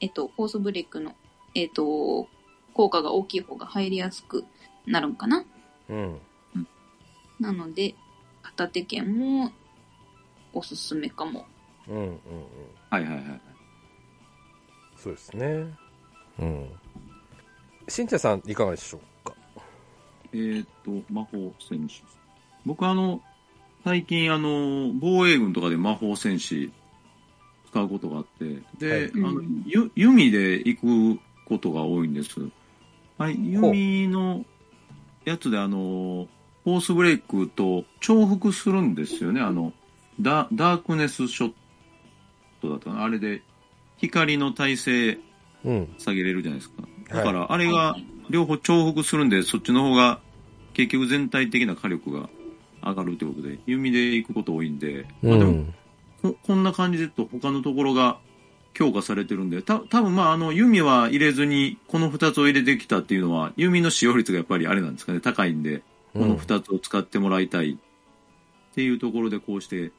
えっと、フォースブレイクの、えっと、効果が大きい方が入りやすくなるんかな。
うん、
なので、片手剣もおすすめかも。
うん、うん、うん。
はいはいはい。
そうですね。うん。しんちゃんさん、いかがでしょうか。
えーっと、魔法戦士。僕あの、最近あの、防衛軍とかで魔法戦士使うことがあって、で、
はい
あの
うん、
ゆ弓で行くことが多いんです。はい、
ほう
弓のやつであの、フォースブレイクと重複するんですよね。あの、ダダークネスショットだったかな。あれで、光の耐性
うん、
下げれるじゃないですか。
はい
だから、あれが
はい
両方重複するんで、そっちの方が結局全体的な火力が上がるということで、弓で行くこと多いんで、まあでも、ここんな感じで言うと他のところが強化されてるんで、た多分まああの弓は入れずにこの2つを入れてきたっていうのは、弓の使用率がやっぱりあれなんですかね、高いんで、この2つを使ってもらいたいっていうところでこうして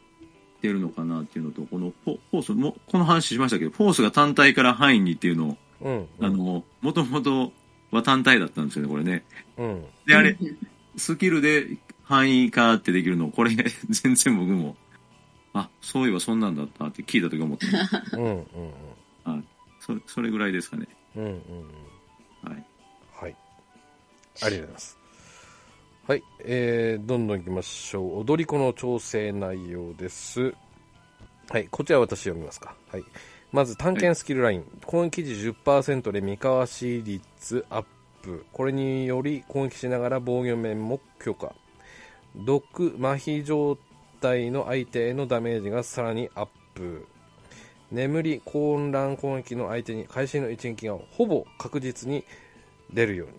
出るのかなっていうのと、このフォフォースも、この話しましたけど、フォースが単体から範囲にっていうのを、
うん、うん、
あの、もともとは単体だったんですよね、これね。
うん。
で、あれ、
うん
スキルで範囲化ってできるの、これ、全然僕も、あ、そういえばそんなんだったって聞いた時 思って、
うん。うん。
それそれぐらいですかね。
うん。うん。うん。
はい。
はい。ありがとうございます。はい。えー、どんどん行きましょう。踊り子の調整内容です。はい。こちら私読みますか。はい。まず、探検スキルライン。攻撃時10%で見返し率アップ。これにより攻撃しながら防御面も強化。毒、麻痺状態の相手へのダメージがさらにアップ。眠り、混乱攻撃の相手に会心の一撃がほぼ確実に出るように。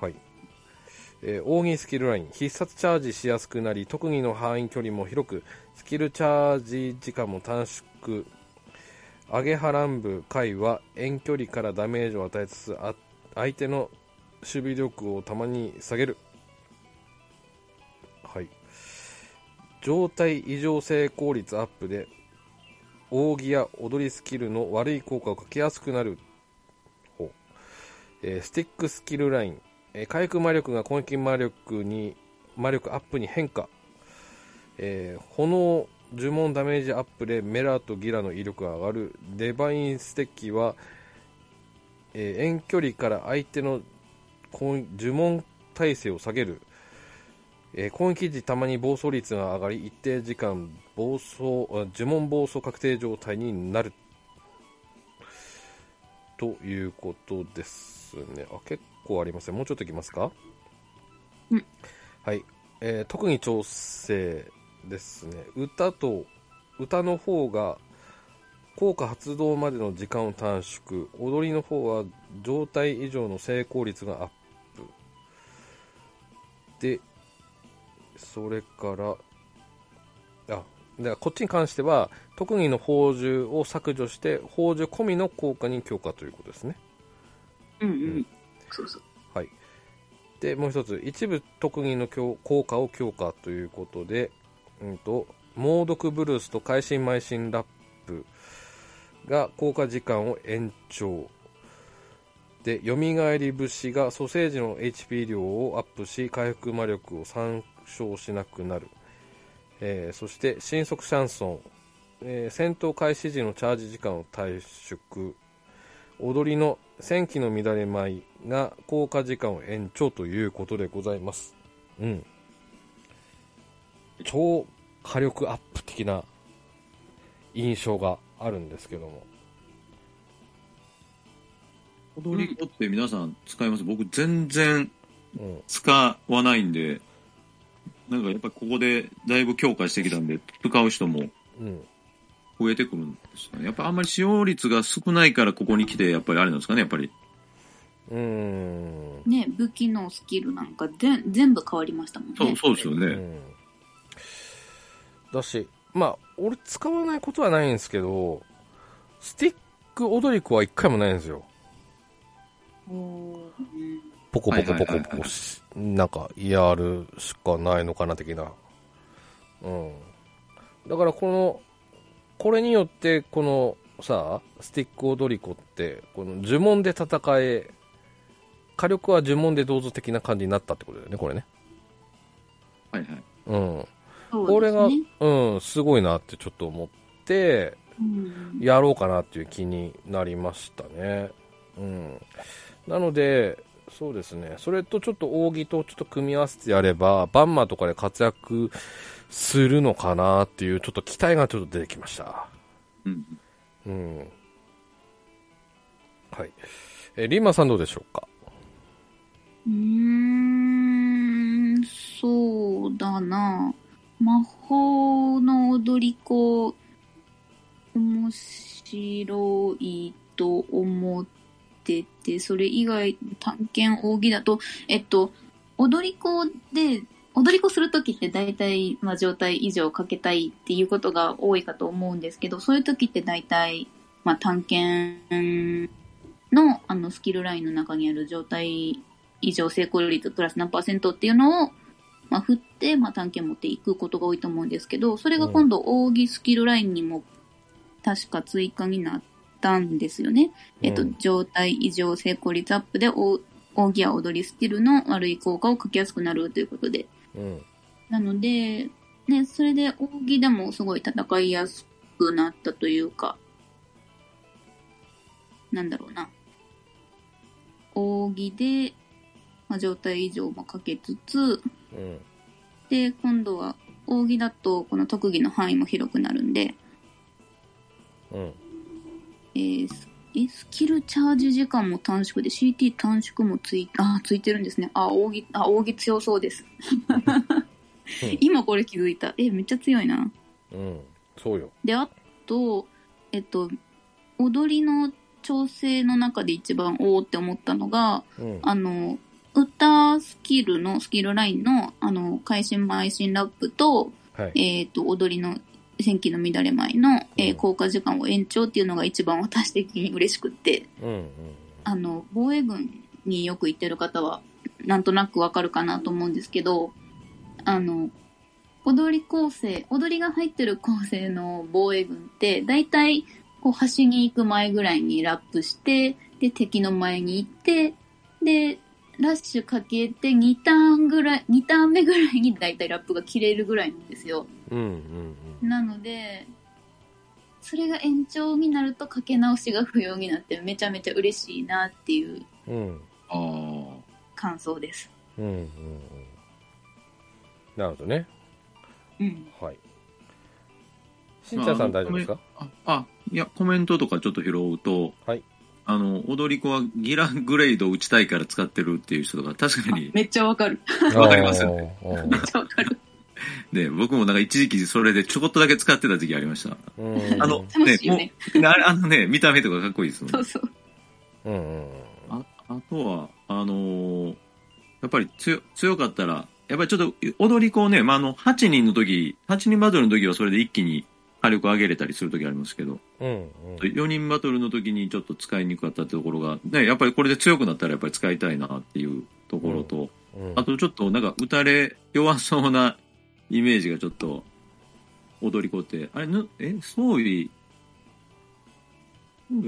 はい。えー、奥義スキルライン。必殺チャージしやすくなり、特技の範囲距離も広く、スキルチャージ時間も短縮。アゲハランブ回は遠距離からダメージを与えつつ、あ相手の守備力をたまに下げる。はい。状態異常成功率アップで、扇や踊りスキルの悪い効果をかけやすくなる。ほうえースティックスキルライン、えー回復魔力が攻撃魔力に魔力アップに変化、えー炎呪文ダメージアップでメラとギラの威力が上がるデバインステッキは、えー遠距離から相手の攻撃呪文耐性を下げる、えー攻撃時たまに暴走率が上がり一定時間暴走あ呪文暴走確定状態になるということですね。あ、結構ありますね。もうちょっといきますか。
うん
はい。えー特に調整ですね。歌と、歌の方が、効果発動までの時間を短縮。踊りの方は、状態以上の成功率がアップ。で、それから、あ、でこっちに関しては、特技の宝珠を削除して、宝珠込みの効果に強化ということですね。
うんう
うん
ん。
そうそう。
はい。で、もう一つ、一部特技の強効果を強化ということで、うんと、猛毒ブルースと会心邁進ラップが効果時間を延長。で、蘇り節が蘇生時の HP 量をアップし、回復魔力を参照しなくなる。えーそして、新速シャンソン。えー戦闘開始時のチャージ時間を短縮。踊りの戦機の乱れ舞いが効果時間を延長ということでございます。うん。超火力アップ的な印象があるんですけども。
踊り子って皆さん使います僕全然
うん。
使わないんで、なんかやっぱここでだいぶ強化してきたんで、使う人も
うん。
増えてくるんですよね。やっぱあんまり使用率が少ないからここに来て、やっぱりあれなんですかね、やっぱり。
うーん。
ね、武器のスキルなんか全全部変わりましたもんね。
そう、そうですよ
う
ね。
ん。だし、まあ、俺使わないことはないんですけど、スティック踊り子は一回もないんですよ。
おーうん
ポコポコポコ
はいはいは
ポ
い
コ
は
し、なんか、やるしかないのかな、的な。うん。だから、この、これによって、この、さ、スティック踊り子って、この呪文で戦え、火力は呪文で同ぞ的な感じになったってことだよね、これね。
はいはい。
うん。
そ
こ
うで
れ
す
が、
ね。
うん、すごいなってちょっと思って、
うん
やろうかなっていう気になりましたね。うん。なので、そうですね。それとちょっと扇とちょっと組み合わせてやれば、バンマとかで活躍するのかなっていう、ちょっと期待がちょっと出てきました。
うん。
うん。はい。えー、リンマさんどうでしょうか
うーん、そうだな。魔法の踊り子、面白いと思ってて、それ以外、探検扇だと、えっと、踊り子で、踊り子するときって大体、まあ、状態以上かけたいっていうことが多いかと思うんですけど、そういうときって大体、まあ、探検の、あの、スキルラインの中にある状態以上成功率プラス何パーセントっていうのを、まあ、振って、まあ、探検持っていくことが多いと思うんですけど、それが今度、扇スキルラインにも確か追加になったんですよね。えっと
うん、
状態異常成功率アップで、お奥義や踊りスキルの悪い効果を書きやすくなるということで。
うん。
なので、ね、それで奥義でもすごい戦いやすくなったというか、なんだろうな。奥義で、まあ、状態異常もかけつつ、
うん。
で、今度は奥義だとこの特技の範囲も広くなるんで、
うん。
えースえスキルチャージ時間も短縮で CT 短縮もついあーついてるんですねあ奥義あ奥義強そうです今これ気づいたえめっちゃ強いな
うん。そうよ。
であとえっと踊りの調整の中で一番おおって思ったのが
うん。
あの歌スキルのスキルラインのあの会心邁進ラップと,、
はい。
えっと踊りの戦記の乱れ前の、えー
うん
効果時間を延長っていうのが一番私的に嬉しくって
うん。うん。
あの、防衛軍によく行ってる方は、なんとなくわかるかなと思うんですけど、あの、踊り構成、踊りが入ってる構成の防衛軍って、だいたい、こう、端に行く前ぐらいにラップして、で、敵の前に行って、で、ラッシュかけて2ターンぐらい、2ターン目ぐらいにだいたいラップが切れるぐらいなんですよ。
うん。うん。
なので、それが延長になるとかけ直しが不要になってめちゃめちゃ嬉しいなっていう
うん。うん。
ああ。
感想です。
うん。うん。なるほどね。
うん。
はい。しんちゃんさん大丈夫ですか
ああ、いや、コメントとかちょっと拾うと、
はい。
あの、踊り子はギラグレードを打ちたいから使ってるっていう人とか、確かに、
めっちゃわか る。
わかりますよ
ね。うん
めっちゃわかる。
ね、僕もなんか一時期それでちょこっとだけ使ってた時期ありました。
うん
あの、
楽しいよね。
ね、あれあのね、見た目とかかっこいいですも
そ
ん
う
ね。
そう。
うんうん
ああとは、あのーやっぱり強強かったら、やっぱりちょっと踊り子をね、まあ、あの、8人の時、8人バトルの時はそれで一気に火力上げれたりする時ありますけど、
うんうん。
4人バトルの時にちょっと使いにくかったってところが、ね、やっぱりこれで強くなったらやっぱり使いたいなっていうところと、
うん
あとちょっとなんか打たれ弱そうなイメージがちょっと、踊り子って、あれ、ぬえ、装備、装備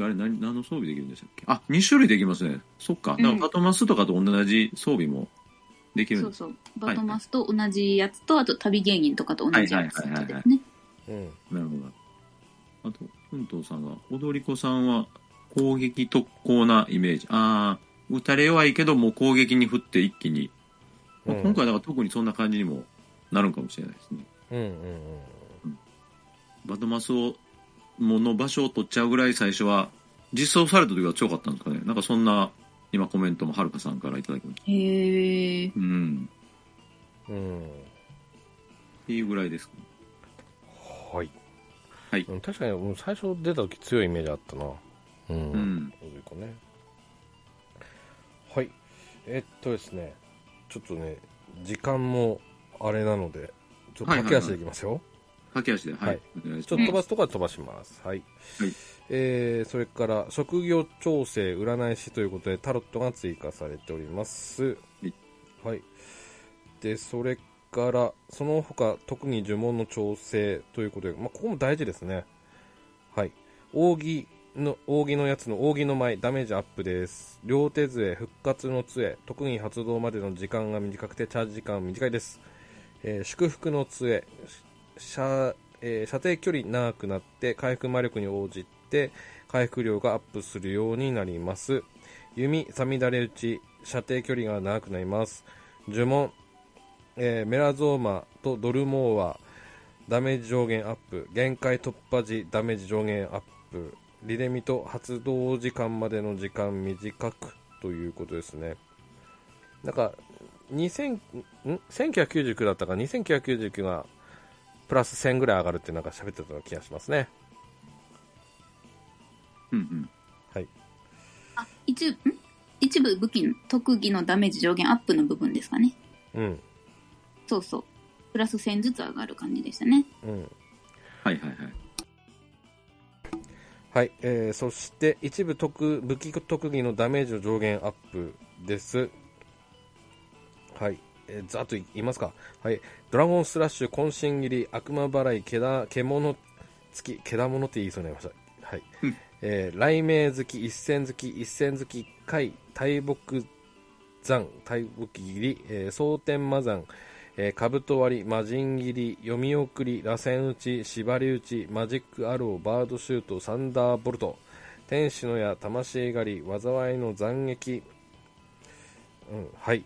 あれ何、何の装備できるんでしたっけあ、2種類できますね。そっか。
うん
なんかパトマスとかと同じ装備もできるん
そ
で
う
す。
そう。
は
バ
い
トマスと同じやつと、あと旅芸人とかと同じやつ
はいはいはい
で
は
すね。
うん
なるほど。あと、奮闘さんが、踊り子さんは攻撃特攻なイメージ。ああ、打たれ弱いけど、もう攻撃に振って一気に。まあ
うん
今回だから特にそんな感じにもなるんかもしれないですね。
うんうん
バトマスを、もの場所を取っちゃうぐらい最初は、実装された時は強かったんですかね。なんかそんな、今コメントもはるかさんからいただきました。
へえ。
うん。
うんうん。
っていうぐらいですか、ね。
はい。
はい
うん確かに、うん最初出た時強いイメージあったな。うん。
うん
どういうかね。はい。えっとですね、ちょっとね、時間もあれなので、ちょっと
はいはいはい
駆け足でいきますよ。
駆け足で、はい。
はい
お願いし
ちょっと飛ばすとこは飛ばします。はい。
はい
えー、それから、職業調整、占い師ということで、タロットが追加されております。
はい。
はい。で、それから、その他、特に呪文の調整ということで、まあ、ここも大事ですね。はい。扇の、扇のやつの扇の舞、ダメージアップです。両手杖、復活の杖、特に発動までの時間が短くて、チャージ時間は短いです。えー祝福の杖、射,、えー射程距離長くなって回復魔力に応じて回復量がアップするようになります弓さみだれ打ち射程距離が長くなります呪文、えーメラゾーマとドルモーはダメージ上限アップ限界突破時ダメージ上限アップリレミと発動時間までの時間短くということですねなんか2000ん1999だったか2999がプラス1000ぐらい上がるってなんか喋ってたような気がしますね。
うんうん。
あ、一部、ん一部武器の特技のダメージ上限アップの部分ですかね。
うん。
そうそう。プラス1000ずつ上がる感じでしたね。
うん。
はいはいはい。
はい。えー、そして、一部特、武器特技のダメージの上限アップです。はい。えー、ざっと言いますか。はい。ドラゴンスラッシュ、渾身斬り、悪魔払い、けだ、獣、つき、けだものって言いそうになりました。はい。えー雷鳴月、一戦月、一戦月、海、大木山、大木切り、えー、蒼天魔山、えー、兜割り、魔人切り、読み送り、螺旋打ち、縛り打ち、マジックアロー、バードシュート、サンダーボルト、天使の矢、魂狩り、災いの斬撃、うん、はい。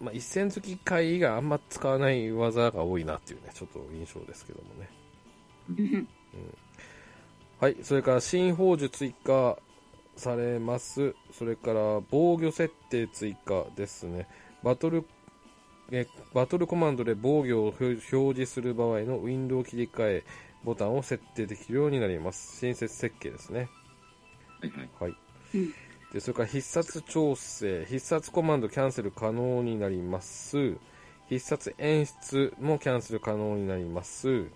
まあ、一戦月回以外あんま使わない技が多いなっていうね、ちょっと印象ですけどもね。
うん
はい、それから新宝珠追加されます。それから防御設定追加ですね。バトル、えバトルコマンドで防御を表表示する場合のウィンドウ切り替えボタンを設定できるようになります。新設設計ですね。
はいはい。
はい。
うん
で、それから必殺調整、必殺コマンドキャンセル可能になります。必殺演出もキャンセル可能になります。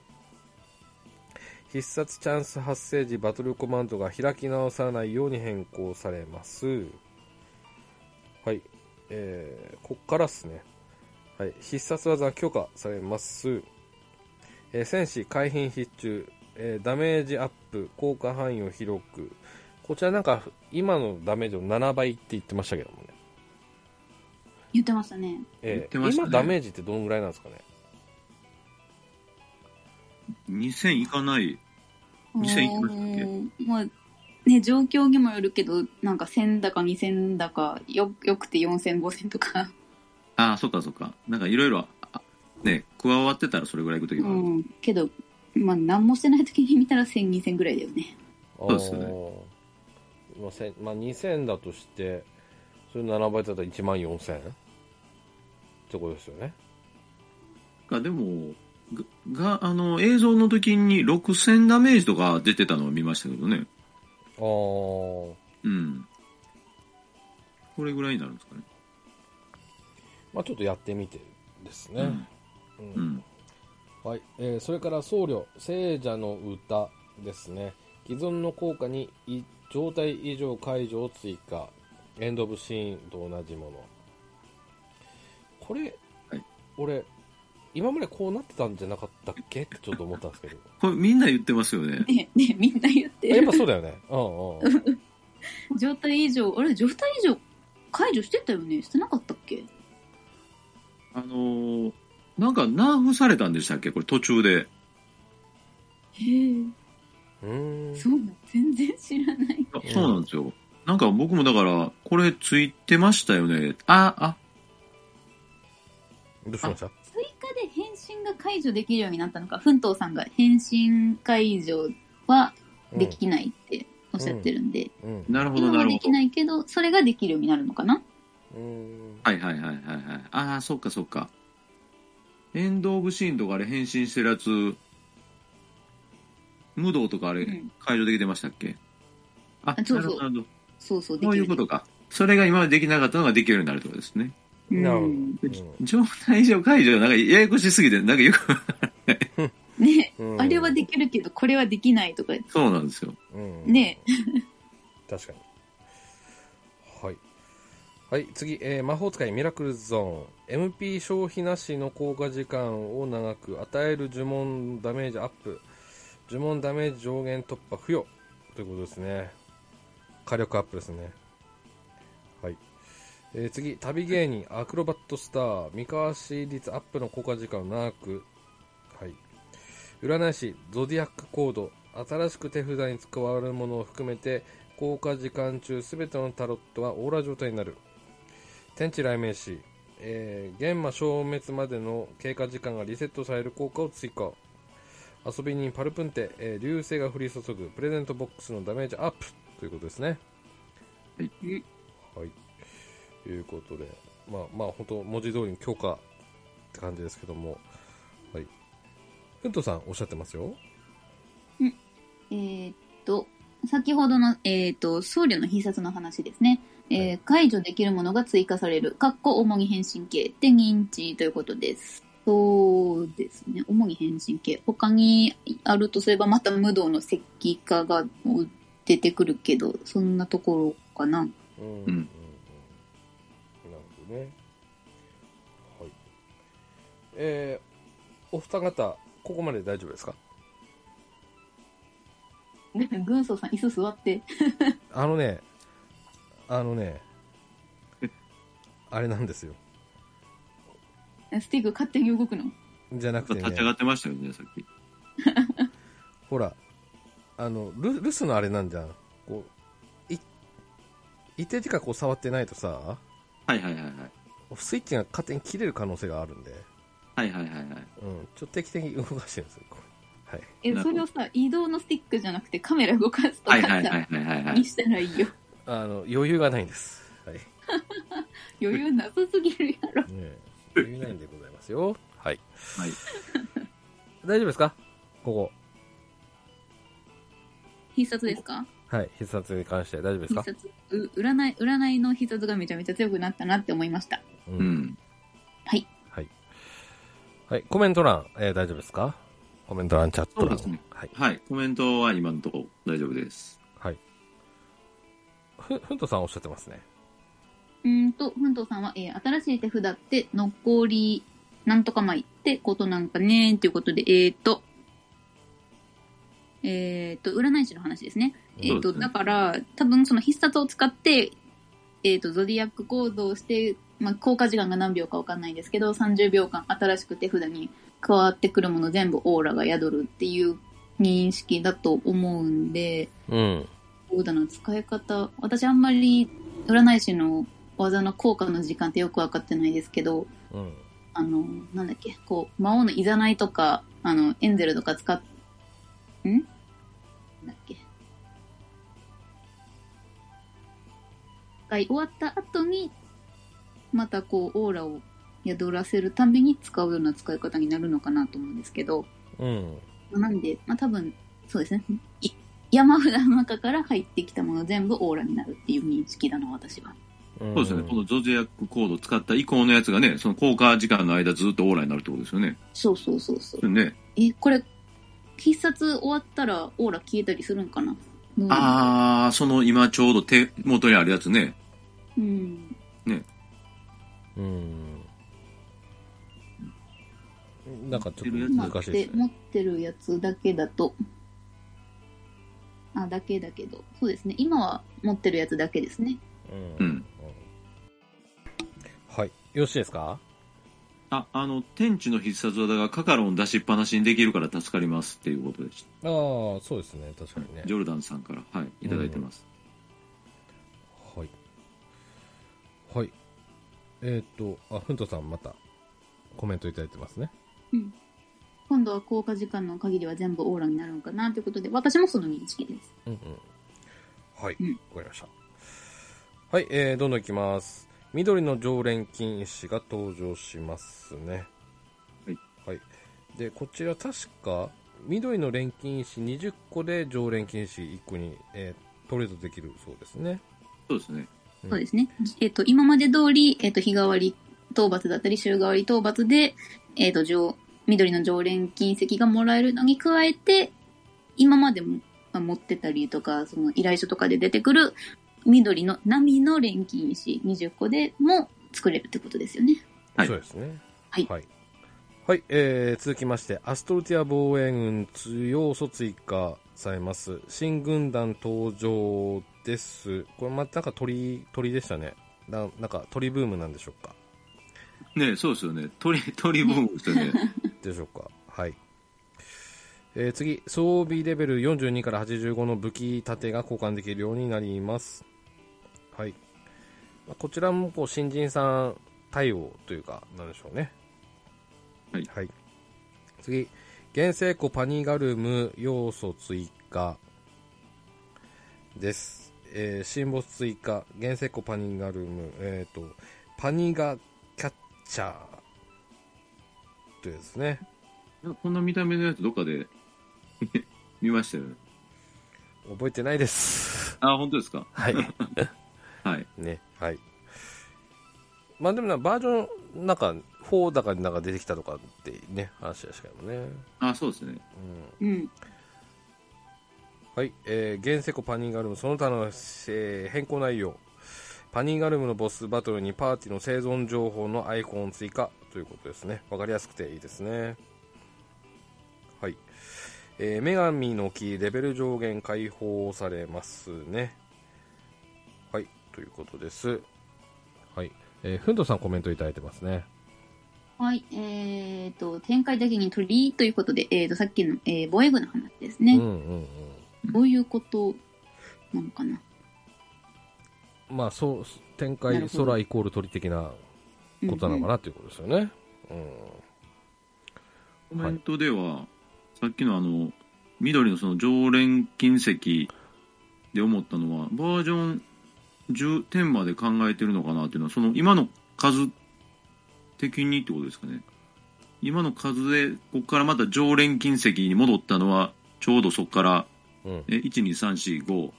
必殺チャンス発生時バトルコマンドが開き直されないように変更されます。はい。えー、こっからっすね。はい。必殺技許可されます。えー戦士海浜必中、えーダメージアップ、効果範囲を広く、こちらなんか、今のダメージを7倍って言ってましたけどもね。
言ってましたね。
えー
言ってましたね
今ダメージってどのぐらいなんですかね。
2000いかない。2000いきましたっけ
けまあ、ね、状況にもよるけど、なんか1000だか2000だか、よ、よくて4000、5000とか。
ああ、そっかそっか。なんかいろいろ、あね、加わってたらそれぐらいいくとき
う
もある。
ん。けど、まあ、何もしてない時に見たら1000、2000ぐらいだよね。
そう
ですよね
まあ、せんまあ、2000だとして、それ7倍だったら1万4000ってことですよね。
かでもががあの映像の時に6000ダメージとか出てたのを見ましたけどね
あー。
うんこれぐらいになるんですかね
まあ、ちょっとやってみてですね。うん
うん
はい、えーそれから僧侶聖者の歌ですね既存の効果にい状態異常解除を追加エンド・オブ・シーンと同じものこれ、
はい
俺今までこうなってたんじゃなかったっけってちょっと思ったんですけ ど
これみんな言ってますよね
ね、ね、みんな言っ
あや
て
っぱ。そうだよねうんうん
状態以上、あれ、状態以上解除してたよねしてなかったっけ
あのーなんかナーフされたんでしたっけこれ途中で
へえ。
うんうーん
そうだ、全然知らない。
あそうなんですよなんか僕もだからこれついてましたよねああ
どうしました
追加で返信が解除できるようになったのか、奮闘さんが返信解除はできないっておっしゃってるんで、
うんうん
なるほど
今
な
は
る
で
ほ
き
ど
ないけど、それができるようになるのかな
うーん
はいはいはいはいはいああそっかそっかエンド・オブ・シーンとかあれ変身してるやつ無道とかあれ
うん
解除できてましたっけ、あ
あそうそう
なるほど
そうそう、で
そう
き
い
る。
うことかそれが今までできなかったのができるようになるってことですね
うん
なるほど
状態上解除なんかややこしすぎてなんかよく
ね、
うん
あれはできるけど、これはできないとか、
そうなんですよ
うん
ね
確かに。はい。はい、次、えー魔法使いミラクルゾーン。MP 消費なしの効果時間を長く、与える呪文ダメージアップ。呪文ダメージ上限突破付与。ということですね。火力アップですね。はい。えー次、旅芸人、アクロバットスター。見返し率アップの効果時間を長く。はい。占い師、ゾディアックコード。新しく手札に使われるものを含めて、効果時間中すべてのタロットはオーラ状態になる天地雷鳴師、えー、玄魔消滅までの経過時間がリセットされる効果を追加遊び人パルプンテ、えー流星が降り注ぐプレゼントボックスのダメージアップということですね
はい、
はい、ということでまあまあ本当文字通りに強化って感じですけどもはいふんとさんおっしゃってますよ
えーっと、先ほどの、えーっと、僧侶の必殺の話ですね。
は
えー解除できるものが追加される。かっこ主に変身系で認知ということです。そうですね。主に変身系。他にあるとすれば、また無道の石器化が出てくるけど、そんなところかな。
うんうんうん
うん
なるほどね。はい。えー、お二方、ここまで大丈夫ですか
ですね。 軍曹さん、椅子座って。
あのね、あのね、あれなんですよ。
スティック勝手に動くの。
じゃなくて
立ち上
ね、
がってましたよね、さっき。
ほら、あの、ル留守のあれなんじゃん。こう、い、一定時間こう触ってないとさ、
はいはいはいはい。
スイッチが勝手に切れる可能性があるんで、
はいはいはいはい。
うん、ちょっと定期的に動かしてるんですよ、これ。はい。
え、
なる
そ
ほ
れ
ど
をさ、移動のスティックじゃなくてカメラ動かすと
はい
か
はいは
さ、
いはいはいはい。
にしたらいいよ。
あの、余裕がないんです。はい。
余裕なさすぎるやろ。
ねえ、余裕ないんでございますよ。はい。
はい。
大丈夫ですかここ。
必殺ですか
はい。必殺に関して大丈夫です
必
か
殺。う占い、占いの必殺がめちゃめちゃ強くなったなって思いました。
う
う。ん。
はい。はい。コメント欄、えー大丈夫ですかコメント欄、チャット
そう
欄。
ですね
はい。
はい。コメントは今のとこ大丈夫です。
はい。ふ、ふんとさんおっしゃってますね。
うーんと、ふんとうさんは、えー新しい手札って残り、なんとか枚ってことなんかねということで、えっ、ー、と、えっ、と、占い師の話ですね。えっ、
そう
と、
ですね
だから、多分その必殺を使って、えっ、と、ゾディアック行動をして、まあ、効果時間が何秒かわかんないんですけど、30秒間新しく手札に加わってくるもの全部オーラが宿るっていう認識だと思うんで、
うん。
そうだな、使い方。私あんまり占い師の技の効果の時間ってよくわかってないですけど、
うん。
あの、なんだっけ、こう、魔王のいざないとか、あの、エンゼルとか使っ、んなんだっけ。使い終わった後に、またこう、オーラを宿らせるたびに使うような使い方になるのかなと思うんですけど、
うん。
なんで、まあ、多分、そうですね。い山札の中から入ってきたもの全部オーラになるっていう認識だな、私は。
そ
そうですね。このゾジアックコードを使った以降のやつがね、その効果時間の間ずっとオーラになるってことですよね。
そうそうそうそう。
そうね。
え、これ、必殺終わったらオーラ消えたりするんかなどうなの
あー、その今ちょうど手元にあるやつね。
うん。
うん。なんかちょっ
今
と
今
難
っ
しいで
て
す
持
ね。
ってるやつだけだと、あ、だけだけど、そうですね。今は持ってるやつだけですね。
う
うんん。
はい。よろしいですか
あ、あの、天地の必殺技がカカロン出しっぱなしにできるから助かりますっていうことでし
ああ、そうですね。確かにね
た。。ジョルダンさんから、はい、いただいてます。
はい。はい。えっ、と、あ、ふんとさんまたコメントいただいてますね。
今度は効果時間の限りは全部オーラになるのかなということで、私もその認識です。
うんうん。はい。
うん
わかりました。はい、えー、どんどんいきます。緑の常連金石が登場しますね。
はい。
はい。で、こちら確か、緑の錬金石20個で常連金石1個に、えートレードできるそうですね。
そうですね。
うん
そうですね。えっ、と、今まで通り、えっ、と、日替わり討伐だったり、週替わり討伐で、えっ、と、上、緑の常連金石がもらえるのに加えて、今までも、まあ、持ってたりとか、その依頼書とかで出てくる、緑の波の錬金石20個でも作れるってことですよね。
はい
そうですね。
はい
はい。はいえー続きまして、アストルティア防衛軍強素追加されます。新軍団登場です。これまたなんか鳥、鳥でしたね。ななんか鳥ブームなんでしょうか。
ねそうですよね。鳥、鳥ブームですよね。
でしょうか。はい。えー次、装備レベル42から85の武器盾が交換できるようになります。はい。まあこちらもこう新人さん対応というか、なんでしょうね。
はい
次、原生庫パニガルム要素追加です。えー、新ボス追加、原生庫パニガルム、えっ、と、パニガキャッチャーというやつですね。
こんな見た目のやつどっかで 見ましたよね。
覚えてないです。
あ、本当ですか
はい。
はい。
ね。はい。まあでもな、バージョン、なんか、4だかなんか出てきたとかってね、話でしたけどね。
あ、そうですね。
うん。
うん。
はい。えー、原セコパニーガルム、その他の、えー変更内容。パニーガルムのボスバトルにパーティーの生存情報のアイコン追加ということですね。わかりやすくていいですね。はい。えー女神の木レベル上限解放されますね。はい、ということです。はい。えー、ふんどさんコメントいただいてますね。
はい、えっ、と、展開だけに鳥ということで、えっ、と、さっきの、えー防衛軍の話です
うん
ね。
うん
どういうことなのかな。
うん。まあ、そう、展
な
開、
るほど
空イコール鳥的なことなのか
な。
なということですよね。うん。
コメントでは、さっきのあの、緑のその常連金石で思ったのは、バージョン10、10まで考えてるのかなっていうのは、その今の数的にってことですかね。今の数で、ここからまた常連金石に戻ったのは、ちょうどそこから、
うん
え1、2、3、4、5、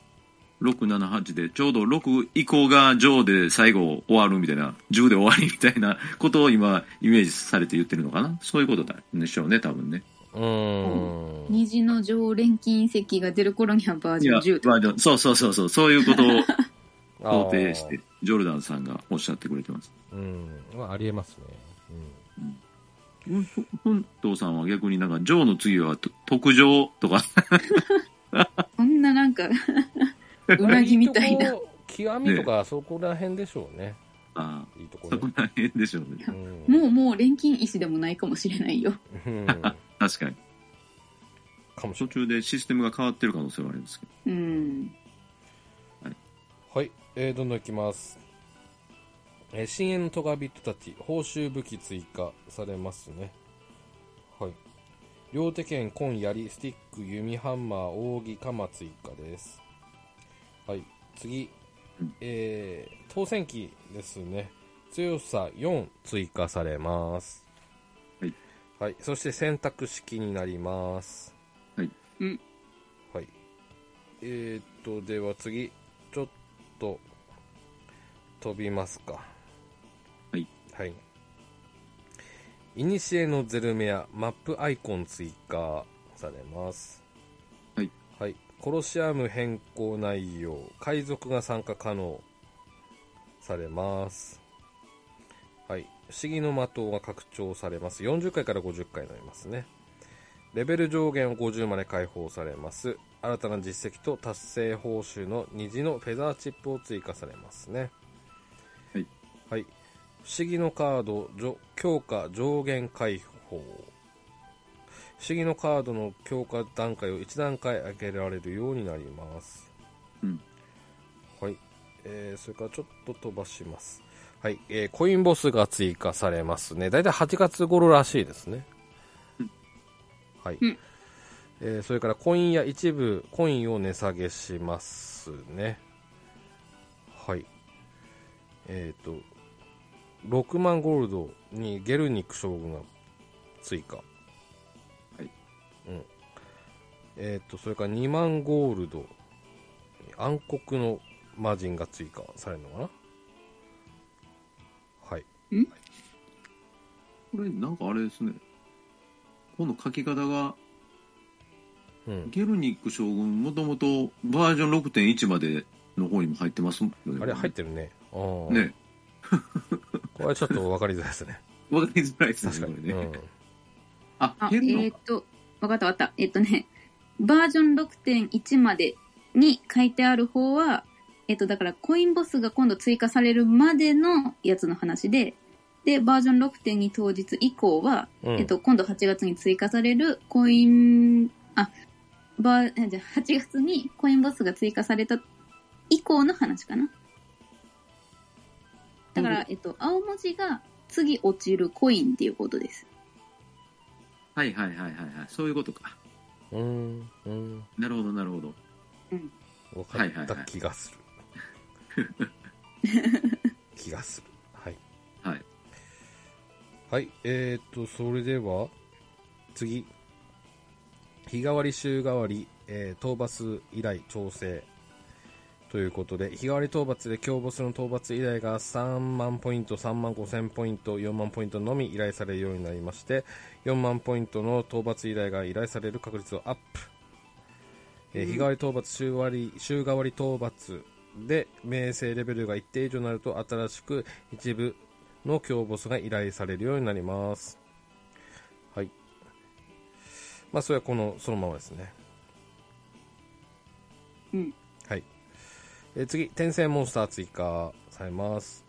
6、7、8で、ちょうど6以降が上で最後終わるみたいな、10で終わりみたいな ことを今、イメージされて言ってるのかなそういうことだでしょうね、多分ね。
うーん。
虹の常連金石が出る頃にはバー
い
ジョン
や
10と
まあでもそうそうそうそう、そういうこと
あー
を想定して、ジョルダンさんがおっしゃってくれてます。
うん。まあ、ありえますね。
本藤さんは逆になんか、ジョーの次はと特上とか、
そんななんか
うん。
裏木みたいな。
とこ。極みとか、そこら辺でしょうね。
あ
いいと
ー
こ
そ
ろ
こ。ら辺でしょうね。
うん
もうもう錬金石でもないかもしれないよ。
うん。
確かに。
かもしれ
途
ない。
中でシステムが変わってる可能性はありますけど。
うん。
はい。えー、どんどんいきます。えー、深淵のトガビットたち、報酬武器追加されますね。はい。両手剣、紺、槍、スティック、弓、ハンマー、扇、鎌追加です。はい。次
うん。
えー、当選機ですね。強さ4追加されます。
はい。
はい。そして選択式になります。
はい。
うん。
はい。えー、っと、では次。ちょっと、飛びますか。
はい。
はい。いにしえのゼルメア、マップアイコン追加されます。
はい。
はい。コロシアム変更内容、海賊が参加可能されます。はい。不思議の的が拡張されます。40回から50回になりますね。レベル上限を50まで解放されます。新たな実績と達成報酬の虹のフェザーチップを追加されますね。
はい。
はい。不思議のカード、じょ強化上限解放。不思議のカードの強化段階を1段階上げられるようになります。
うん。
はい。えー、それからちょっと飛ばします。はい。えー、コインボスが追加されますね。だいたい8月頃らしいですね。はい、
うん
えーそれからコインや一部コインを値下げしますねはいえっ、と6万ゴールドにゲルニック将軍が追加はいうんえっ、とそれから2万ゴールド暗黒の魔人が追加されるのかなはい
これなんかあれですね。今度書き方が、
うん
ゲルニック将軍、もともとバージョン6.1までの方にも入ってますもんね。
あれ入ってるねあー
ね。
これちょっと分かりづらいですね
わかりづらいです
確
ね、
か
こ
に、
れね。
うん
あ
あ、、え
減るの
ーっと、わかったわかった。えーっとね、バージョン6.1までに書いてある方は、えーっと、だからコインボスが今度追加されるまでのやつの話で、で、バージョン6.2当日以降は、
うん
えっと、今度8月に追加されるコイン、あ、ば、じゃあ8月にコインボスが追加された以降の話かな。だから、えっと、青文字が次落ちるコインっていうことです。
はいはいはいはいはい。そういうことか。
うん、うん、
なるほどなるほど。
分かった気がする。気がする。はい。
はい。
はい、えー、っと、それでは、次。日替わり、週替わり、えー、討伐依頼調整。ということで、日替わり討伐で強ボスの討伐依頼が3万ポイント、3万5千ポイント、4万ポイントのみ依頼されるようになりまして、4万ポイントの討伐依頼が依頼される確率をアップ。えー日替わり討伐、週替わり、週替わり討伐で、名声レベルが一定以上になると、新しく一部の強ボスが依頼されるようになります。はい。まあ、それはこの、そのままですね。
うん。
はい。えー次、転生モンスター追加されます。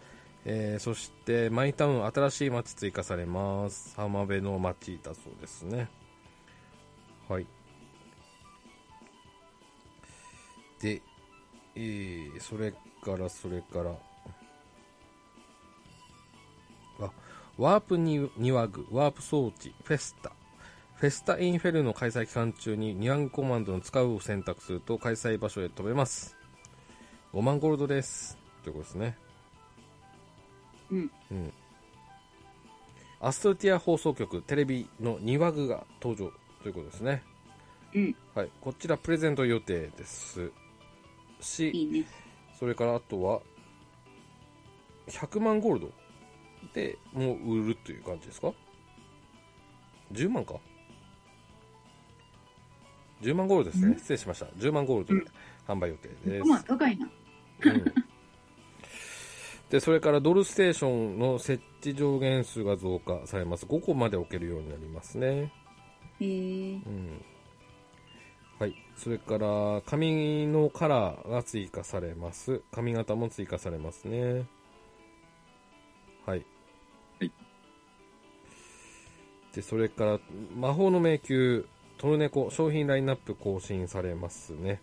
えーそして、マイタウン、新しい街追加されます。浜辺の街だそうですね。はい。で、えーそれから、それから、あ、ワープに庭具、ワープ装置、フェスタ。フェスタインフェルノ開催期間中にニャンコマンドの使うを選択すると開催場所へ飛べます。5万ゴールドです。ということですね。
うん。
うん。アストルティア放送局テレビの2話具が登場ということですね。
うん。
はい。こちらプレゼント予定です。し、
いいね。
それからあとは、100万ゴールドでもう売るという感じですか ?10 万か ?10 万ゴールドですね。失礼しました。10万ゴールドで販売予定です。
まあ、高いな。
うんで、それからドルステーションの設置上限数が増加されます。5個まで置けるようになりますね。
えー、
うん。はい。それから、髪のカラーが追加されます。髪型も追加されますね。はい。
はい。
で、それから、魔法の迷宮、トルネコ、商品ラインナップ更新されますね。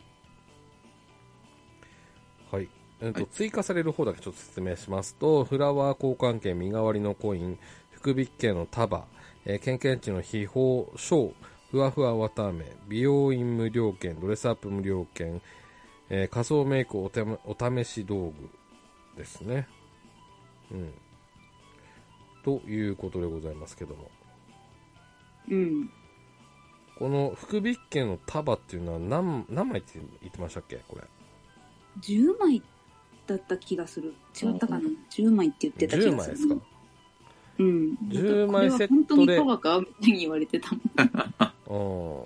はい。うんと、
はい
追加される方だけちょっと説明しますと、フラワー交換券、身代わりのコイン、福引券の束、えー、ケンケンチの秘宝、ショー、ふわふわ綿あめ、美容院無料券、ドレスアップ無料券、えー仮想メイクお手もお試し道具ですね。うん。ということでございますけども。
うん。
この福引券の束っていうのは何、何枚って言ってましたっけこれ。
10枚だった気がする。違ったかな ?10 枚って言ってた気
10
が
枚
す
で
る。
すか
うん。
10枚セットで
これは本当にカバかみたいに言われてた
う
もん。
ん。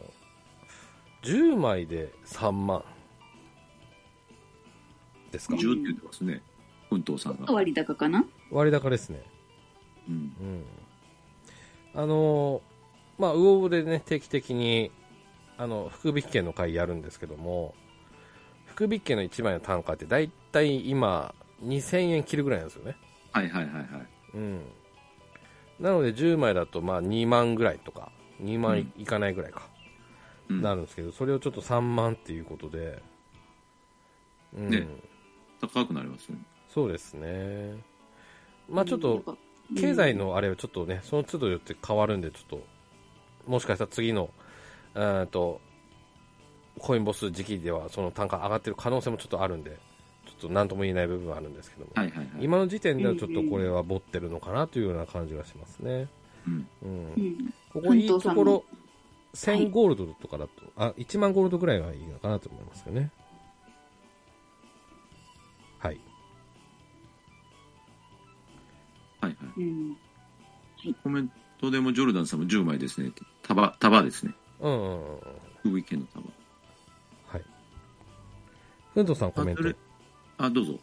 10枚で3万。ですか
10って言ってますね。奮闘さんが。
割高かな
割高ですね。
うん。
うん。あのーまあ、ウオブでね、定期的に、あの、福引券の会やるんですけども、福引券の1枚の単価ってだいたい今、2000円切るぐらいなんですよね。
はいはいはいはい。
うん。なので10枚だと、まあ、2万ぐらいとか、2万いいかないぐらいか、
うん、
なるんですけど、それをちょっと3万っていうことで、うん。
ね高くなりますよね。
そうですね。まあ、ちょっと、
うん
経済のあれはちょっとね、その都度よって変わるんで、ちょっと、もしかしたら次の、うーんと、コインボス時期ではその単価上がってる可能性もちょっとあるんで、ちょっと何とも言えない部分はあるんですけども、
はいはいはい。
今の時点ではちょっとこれは持ってるのかなというような感じがしますね。
うん、
うん
う。ん。
ここいいところ、
んの
1000ゴールドとかだと、あ、1万ゴールドぐらいがいいのかなと思いますよね。はい。
はいはい。
うん。
コメントでもジョルダンさんも10枚ですねって。束、束ですね。
うんうんうんうん。
福井県の束。
はい。ふんとさんコメント
あそ。れあ、どうぞ。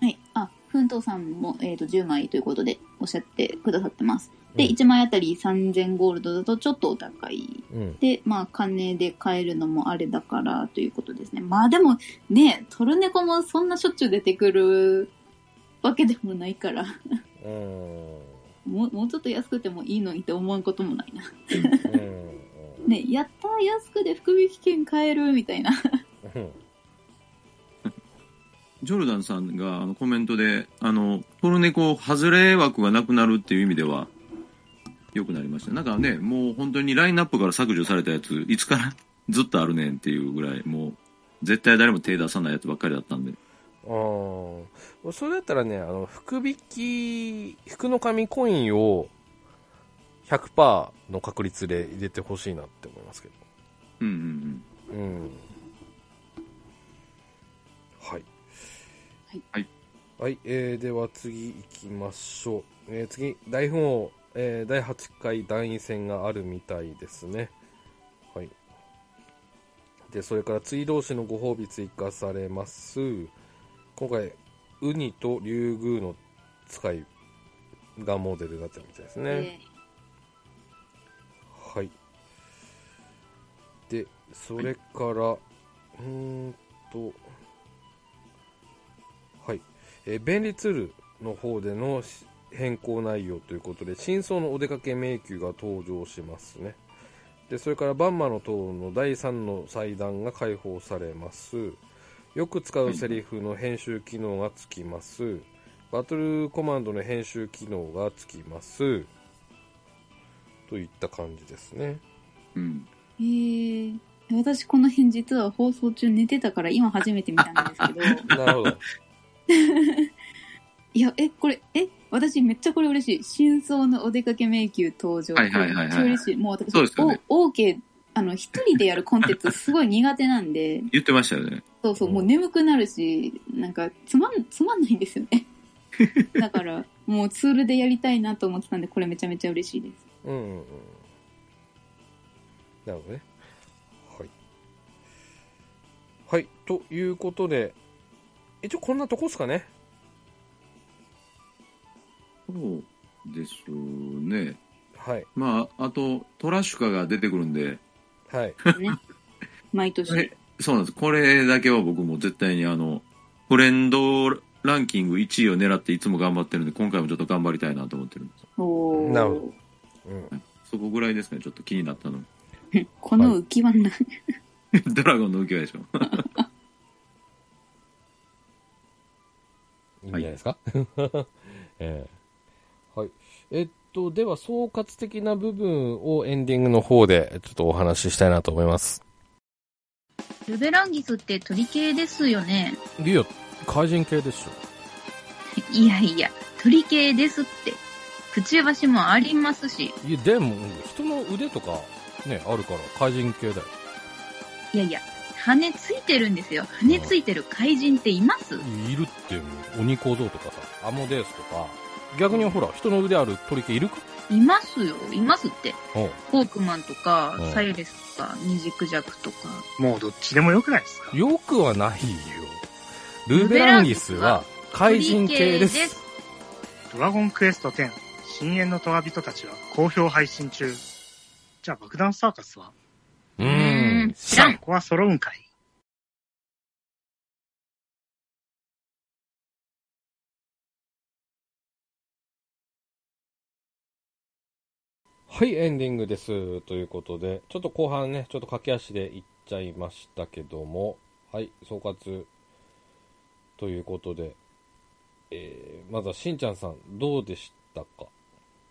はい。あ、奮闘さんも、えっ、と、10枚ということでおっしゃってくださってます。で、
うん
1枚あたり3000ゴールドだとちょっとお高い。
うん。
で、まあ、金で買えるのもあれだからということですね。まあでも、ね、トルネコもそんなしょっちゅう出てくるわけでもないから、
うーん。
もうもうちょっと安くてもいいのにって思うこともないな。
うん
ね、やったー安くで福引券買えるみたいな。
うん。
ジョルダンさんがあのコメントで、あの、トルネコ、外れ枠がなくなるっていう意味では、良くなりました。なんかね、もう本当にラインナップから削除されたやつ、いつから ずっとあるねんっていうぐらい、もう、絶対誰も手出さないやつばっかりだったんで。
ああ。それだったらね、あの、福引き、福の神コインを100%の確率で入れてほしいなって思いますけど。
うんうんうん。
うん。はい。
はい
はい。
はい、えー、では次行きましょう。えー、次、大富豪、えー、第8回団員戦があるみたいですね。はい。で、それから、追同士のご褒美追加されます。今回、ウニとリュウグウの使いがモデルになってるみたいですね。はい。でそれから、うーんとはい、えー便利ツールの方でのし変更内容ということで真相のお出かけ迷宮が登場しますねでそれから「バンマの塔」の第3の祭壇が解放されますよく使うセリフの編集機能がつきます、バトルコマンドの編集機能がつきますといった感じですね
うん。
えー、私この辺実は放送中寝てたから今初めて見たんですけど、
なるほど
いや、え、これ、え、私めっちゃこれ嬉しい。真相のお出かけ迷宮登場。
はいはいは
め
いはい
っちゃ嬉しい。もう私、
そうですよね
お OK、あの、一人でやるコンテン ツすごい苦手なんで、
言ってましたよね。
そうそう、
うん
もう眠くなるし、なんか、つまん、つまんないんですよ ね。だから、もうツールでやりたいなと思ってたんで、これめちゃめちゃ嬉しいです。
うんうんうんなるほどねはいはいということで一応こんなとこっすかね
そうですね。
はい
まあ、あと、トラシュカが出てくるんで、
はい
毎年。
はいそうなんです。これだけは僕も絶対にあの、トレンドランキング1位を狙っていつも頑張ってるんで、今回もちょっと頑張りたいなと思ってるんです。
おー
なるほどうん
そこぐらいですかね、ちょっと気になったの。
この浮き輪な、
ドラゴンの浮世でしょ。
いいんじゃないですか、 ええはい。えっと、では、総括的な部分をエンディングの方で、ちょっとお話ししたいなと思います。
ルベランギスって鳥系ですよね。
リオ、怪人系でし
いやいや、鳥系ですって。くちばしもありますし。
ょ。いや、でも、人の腕とか、ね、あるから、怪人系だよ。
いやいや、羽ついてるんですよ。羽ついてる怪人っています
いるって、鬼小僧とかさ、アモデウスとか、逆にほら、人の腕ある鳥系いるか
いますよ。いますって。
おう
フォークマンとか
うん、
サイレスとか、ミジクジャクとか。
もうどっちでもよくないですか
よくはないよ。ルベランギスは、怪人系で。
鳥系ですす
ドラゴンクエスト10、深淵のトワ人たちは好評配信中。じゃあ爆弾サーカスは
う
ー
ーん
ん、知らん
ここは揃うんかい。
はい、エンディングです。ということで、ちょっと後半ね、ちょっと駆け足で行っちゃいましたけども、はい、総括ということで、えー、まずはしんちゃんさん、どうでしたか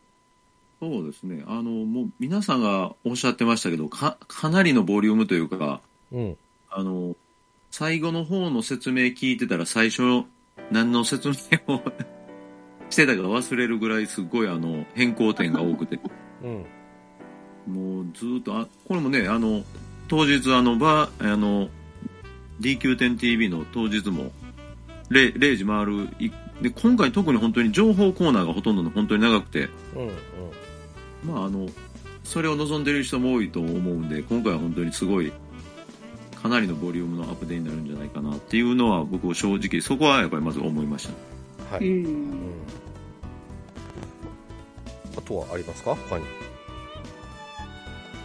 そうですね。あの、もう皆さんがおっしゃってましたけど、か、かなりのボリュームというか、
うん。
あの、最後の方の説明聞いてたら最初、何の説明を してたか忘れるぐらいすごいあの、変更点が多くて、
うん。
もうずーっと、あ、これもね、あの、当日あの、ば、あの、DQ10TV の当日も、0, 0時回るい、で、今回特に本当に情報コーナーがほとんどの本当に長くて、
うん。うん。
まああの、それを望んでる人も多いと思うんで、今回は本当にすごい、かなりのボリュームのアップデートになるんじゃないかなっていうのは僕は正直、そこはやっぱりまず思いました。
は
う。
い。うんん。あとはありますか他に。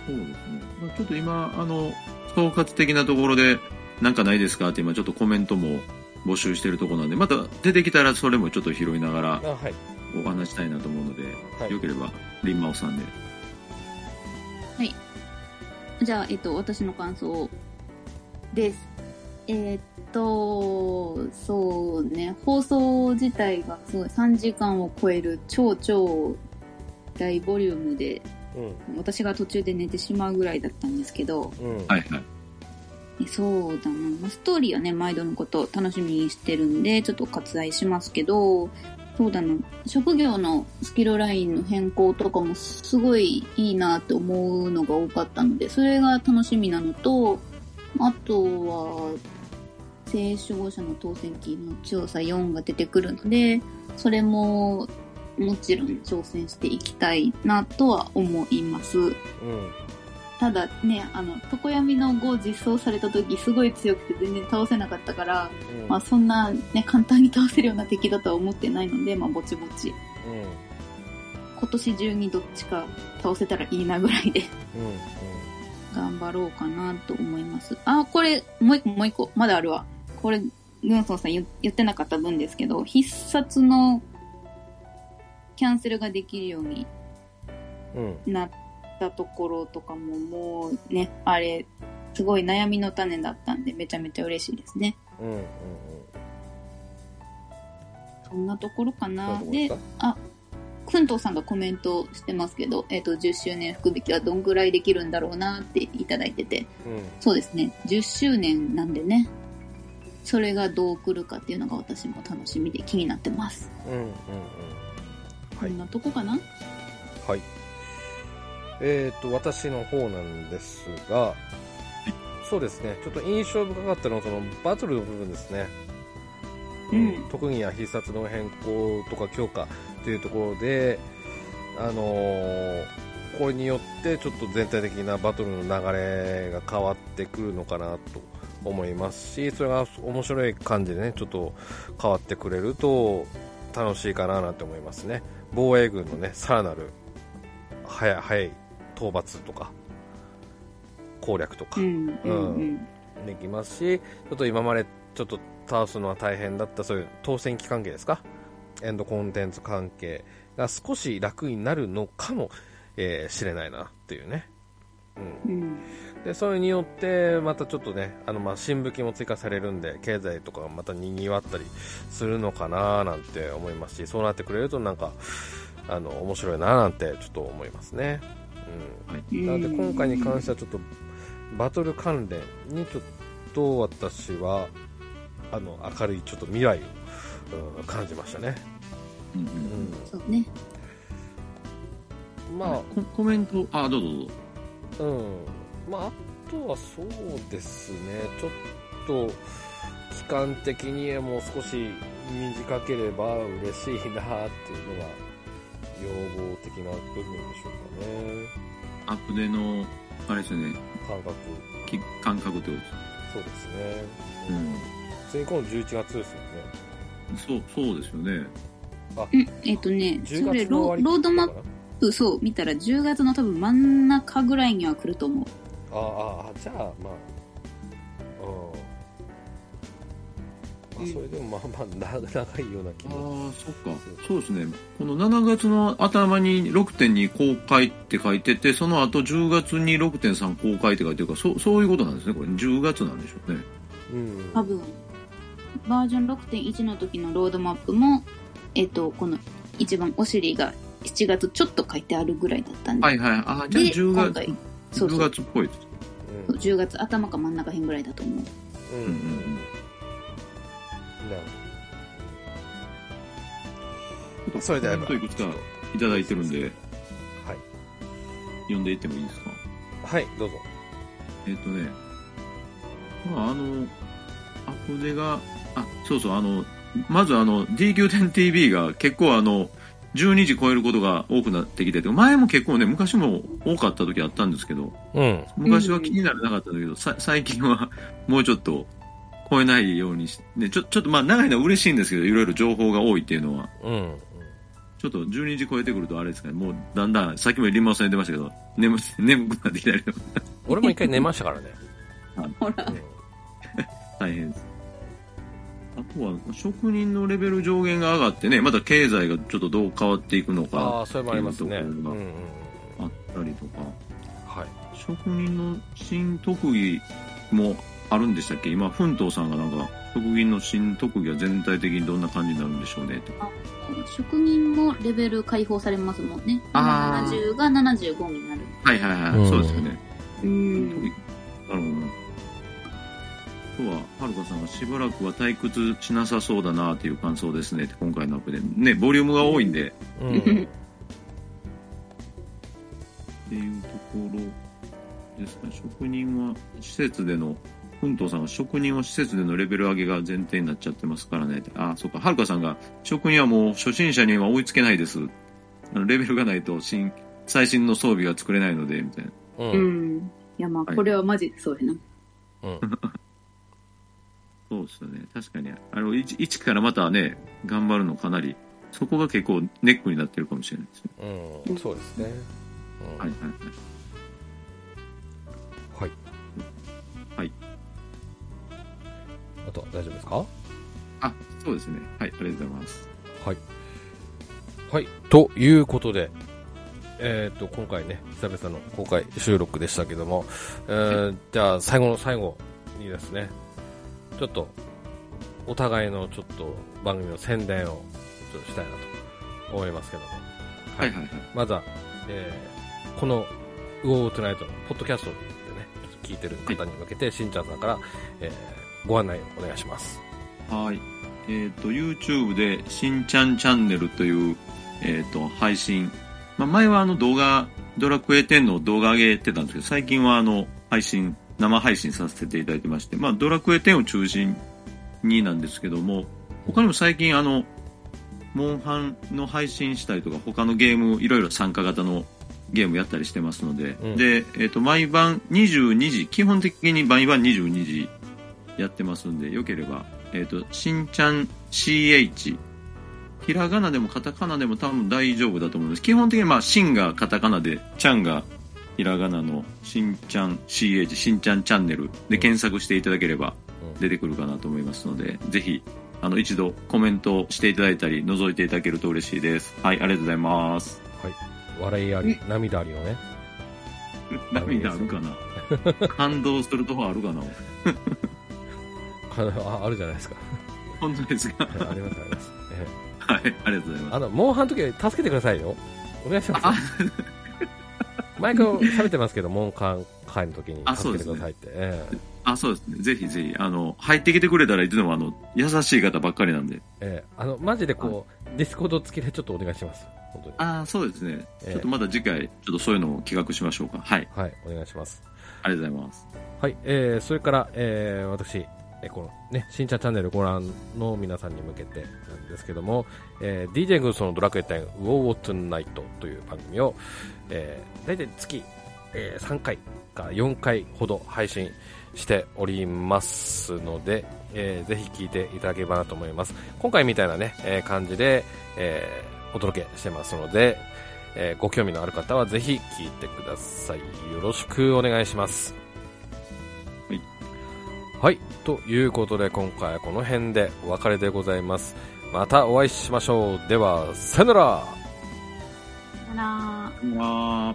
そうですね。まあ、ちょっと今、あの、総括的なところで、なんかないですかって今ちょっとコメントも募集してるところなんで、また出てきたらそれもちょっと拾いながら
あ、はい。
お話したいなと思うので、
はい
よければ、リンマオさんで。
じゃあ、えっと、私の感想です。えーっと、そうね、放送自体がすごい3時間を超える超超大ボリュームで、
うん。
私が途中で寝てしまうぐらいだったんですけど、
うん。
はいはい。
えそうだな、まあ、ストーリーはね、毎度のこと楽しみにしてるんで、ちょっと割愛しますけど、そうだな、職業のスキルラインの変更とかもすごいいいなって思うのが多かったので、それが楽しみなのと、あとは、性守護者の当選金の調査4が出てくるので、それももちろん挑戦していきたいなとは思います。
うん。
ただね、あの、常闇の碁を実装された時すごい強くて全然倒せなかったから、
うん。
まあそんなね、簡単に倒せるような敵だとは思ってないので、まあぼちぼち。
うん。うん。
今年中にどっちか倒せたらいいなぐらいで
うん。
頑張ろうかなと思います。あ、これ、もう一個、もう一個、まだあるわ。これ、軍曹さん言言ってなかった分ですけど、必殺のキャンセルができるように
うん。
なったところとかももうねあれすごい悩みの種だったんでめちゃめちゃ嬉しいですね
うん。うん。
そんなところかな
うん。
で
どう
くんとうさんがコメントしてますけど、えっと10周年福引きはどんぐらいできるんだろうなっていただいて
で
て
す
そうですね10周年なんでねそれがどう来るかっていうのが私も楽しみで気になってます、
かうん。うん。うん。うん。はい
こんなとこかな
はい。えっ、と、私の方なんですが、そうですね、ちょっと印象深かったのは、そのバトルの部分ですね。
うん
特技や必殺の変更とか強化というところで、あのーこれによってちょっと全体的なバトルの流れが変わってくるのかなと思いますし、それが面白い感じでね、ちょっと変わってくれると楽しいかななんて思いますね。防衛軍のね、さらなる早い、早い討伐とか、攻略とか、
うんうんうん
できますし、ちょっと今までちょっと倒すのは大変だった、そういう当選期関係ですか、エンドコンテンツ関係が少し楽になるのかもし、えー知れないなっていうね。うん、
うん
でそれによって、またちょっとね、あのまあ新武器も追加されるんで、経済とかがまたにぎわったりするのかななんて思いますし、そうなってくれると、なんか、あの面白いななんてちょっと思いますね。うん
うん
なので今回に関してはちょっとバトル関連にちょっと私はあの明るいちょっと未来を、うん感じましたね、
うんうん
う
そうね
ん、ま
ココメント、あ、どうぞどうぞ。
あうんまああとはそうですねちょっと期間的にはもう少し短ければ嬉しいなっていうのが要望的な部分でしょう
アップデの、あれですよね、
かね感覚
き感覚ってことです。
そうですね、
う
うん、
ん
普通に今度11月ですよね
そう、そうですよね。
うんえっ、とね
10
それ
月の終
ロ
わ
ー
り
ロードマップ
あ
そう、見たら10月の多分真ん中ぐらいには来ると思う。
あああじゃあまあうんまあそれでもまあまあな長いような気
ああ
も、
そっか。そうですね。この7月の頭に6.2公開って書いてて、その後10月に6.3公開って書いてるから、そう、そういうことなんですね。これ10月なんでしょうね。
うん、
多分、バージョン6.1の時のロードマップも、えっ、と、この一番お尻が7月ちょっと書いてあるぐらいだったんで、
はいはい。ああ、じゃあ
で
10
今
月
回、そうそう
10月っぽいです。
う
そうん10月頭か真ん中辺ぐらいだと思う。
うんう
う
ん
うん
ん
うん。
なるほどそれであれば
コメントいくつかいただいてるんで、
はい
読んでいってもいいですか
はいどうぞ
えっ、とね、まあ、あの、アプデが、あ、そうそう、あの、まずあの、DQ10TV が結構あの、12時超えることが多くなってきてて、前も結構ね、昔も多かった時あったんですけど、
うん
昔は気にならなかったんだけど、さ 最近はもうちょっと超えないようにし、ね、ちょ、ちょっとまあ長いのは嬉しいんですけど、いろいろ情報が多いっていうのは、
うん
ちょっと12時超えてくるとあれですかね、もうだんだん、さっきもリンマさん言ってましたけど、眠、眠くな ってきたりとか、
俺も一回寝ましたからね
ほら、
大変です。あとは、職人のレベル上限が上がってね、また経済がちょっとどう変わっていくの
あ
か、
あそれもありますねうんうんうん
あったりとか、
はい
職人の新特技もあるんでしたっけ今、奮闘さんがなんか、職人の新特技は全体的にどんな感じになるんでしょうねと。
職人もレベル解放されますもんね。
あー
70が75になる。
はいはいはい、
うん
そうですよ
う
ね。特技
ん。
なるほどな。あとは、はるかさんがしばらくは退屈しなさそうだなっていう感想ですねって、今回のアップで。ね、ボリュームが多いんで、
うん
うん
っていうところですかね職人は施設での奮闘さんは職人は施設でのレベル上げが前提になっちゃってますからねあそっかはるかさんが職人はもう初心者には追いつけないですあのレベルがないと新最新の装備が作れないのでみたいな
うん
う
うん
ん。いや、まあ、
はい
これはマジでそうやな。
うん
そうですよね確かにあれを一一からまたね頑張るのかなりそこが結構ネックになってるかもしれないですね
うんそうですねうん
はいはいはい
と大丈夫ですか
あ、そうですね。はい、ありがとうございます。
はい。はい。ということで、えっ、と、今回ね、久々の公開収録でしたけども、えーじゃあ、最後の最後にですね、ちょっと、お互いのちょっと番組の宣伝をちょっとしたいなと思いますけども、
はいはいはい。
まずは、えーこの、ウォートナイトのポッドキャストでね、ちょっと聞いてる方に向けて、しんちゃんさんから、えーご案内をお願いします。
はい。えっ、と、YouTube で、しんちゃんチャンネルという、えっ、と、配信。まあ、前はあの動画、ドラクエ10の動画上げてたんですけど、最近はあの、配信、生配信させていただいてまして、まあ、ドラクエ10を中心になんですけども、他にも最近あの、モンハンの配信したりとか、他のゲーム、いろいろ参加型のゲームやったりしてますので、
うん
で、えっ、と、毎晩22時、基本的に毎晩22時やってますんで、よければ、えっ、と、しんちゃん CH。ひらがなでもカタカナでも多分大丈夫だと思います。基本的にまあ、しんがカタカナで、ちゃんがひらがなの、しんちゃん CH、しんちゃんチャンネルで検索していただければ
うん
出てくるかなと思いますので、ぜひ、あの、一度コメントをしていただいたり、覗いていただけると嬉しいです。はい、ありがとうございます。
笑いあり、涙ありをね。
涙あるか な感動するとこあるかな
かああるじゃないですか。
本当です
あ
か
りますあります。ええ
はい、ありがとうございます。
あの、モンハンの時は助けてくださいよ。お願いしますよ。毎回喋ってますけど、モンハン会の時に
あそ
助
う
け
で
て
す
く
ね
ださいって。ええ
あ、そうですね。ぜひぜひ、あの、入ってきてくれたらいつでも、あの、優しい方ばっかりなんで。
ええあの、マジでこう、ディスコード付きでちょっとお願いします。本当に。
ああ、そうですね。
ええ
ちょっとまた次回、ちょっとそういうのを企画しましょうか。はい、
はい、お願いします。
ありがとうございます。
はい、えー、それから、えー、私、えーこのね、しんちゃんチャンネルご覧の皆さんに向けてなんですけども、えー、DJ 軍曹のドラクエ10ウォーウォートゥナイトという番組を、えー、大体月、えー、3回か4回ほど配信しておりますので、えー、ぜひ聞いていただければなと思います。今回みたいなね、えー、感じで、えー、お届けしてますので、えー、ご興味のある方はぜひ聞いてください。よろしくお願いします。はい。ということで、今回はこの辺でお別れでございます。またお会いしましょう。では、さよなら
あらー。
うわー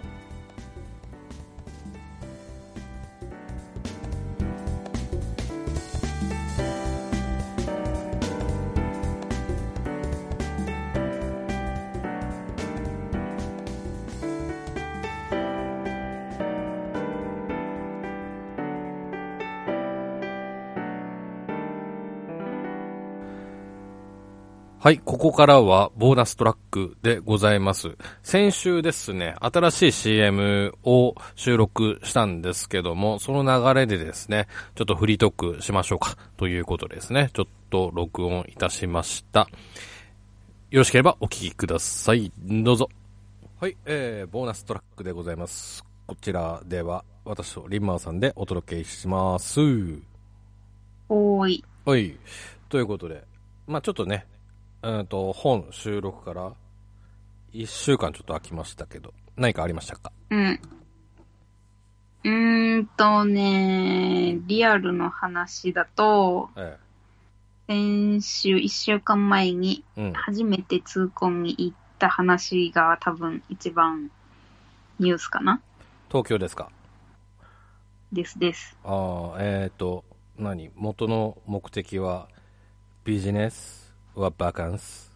はい、ここからはボーナストラックでございます。先週ですね、新しい CM を収録したんですけども、その流れでですね、ちょっとフリートークしましょうか、ということですね。ちょっと録音いたしました。よろしければお聞きください。どうぞ。はい、えー、ボーナストラックでございます。こちらでは、私とリンマーさんでお届けします。
おーい。
はい。ということで、まあちょっとね、うんと、本収録から1週間ちょっと空きましたけど、何かありましたか
うん。うーんとね、リアルの話だと、
え
先週1週間前に
え。うん。
初めて痛恨に行った話が多分一番ニュースかな
東京ですか
ですです。
ああ、えっ、ー、と、何元の目的は、ビジネスはバカンス。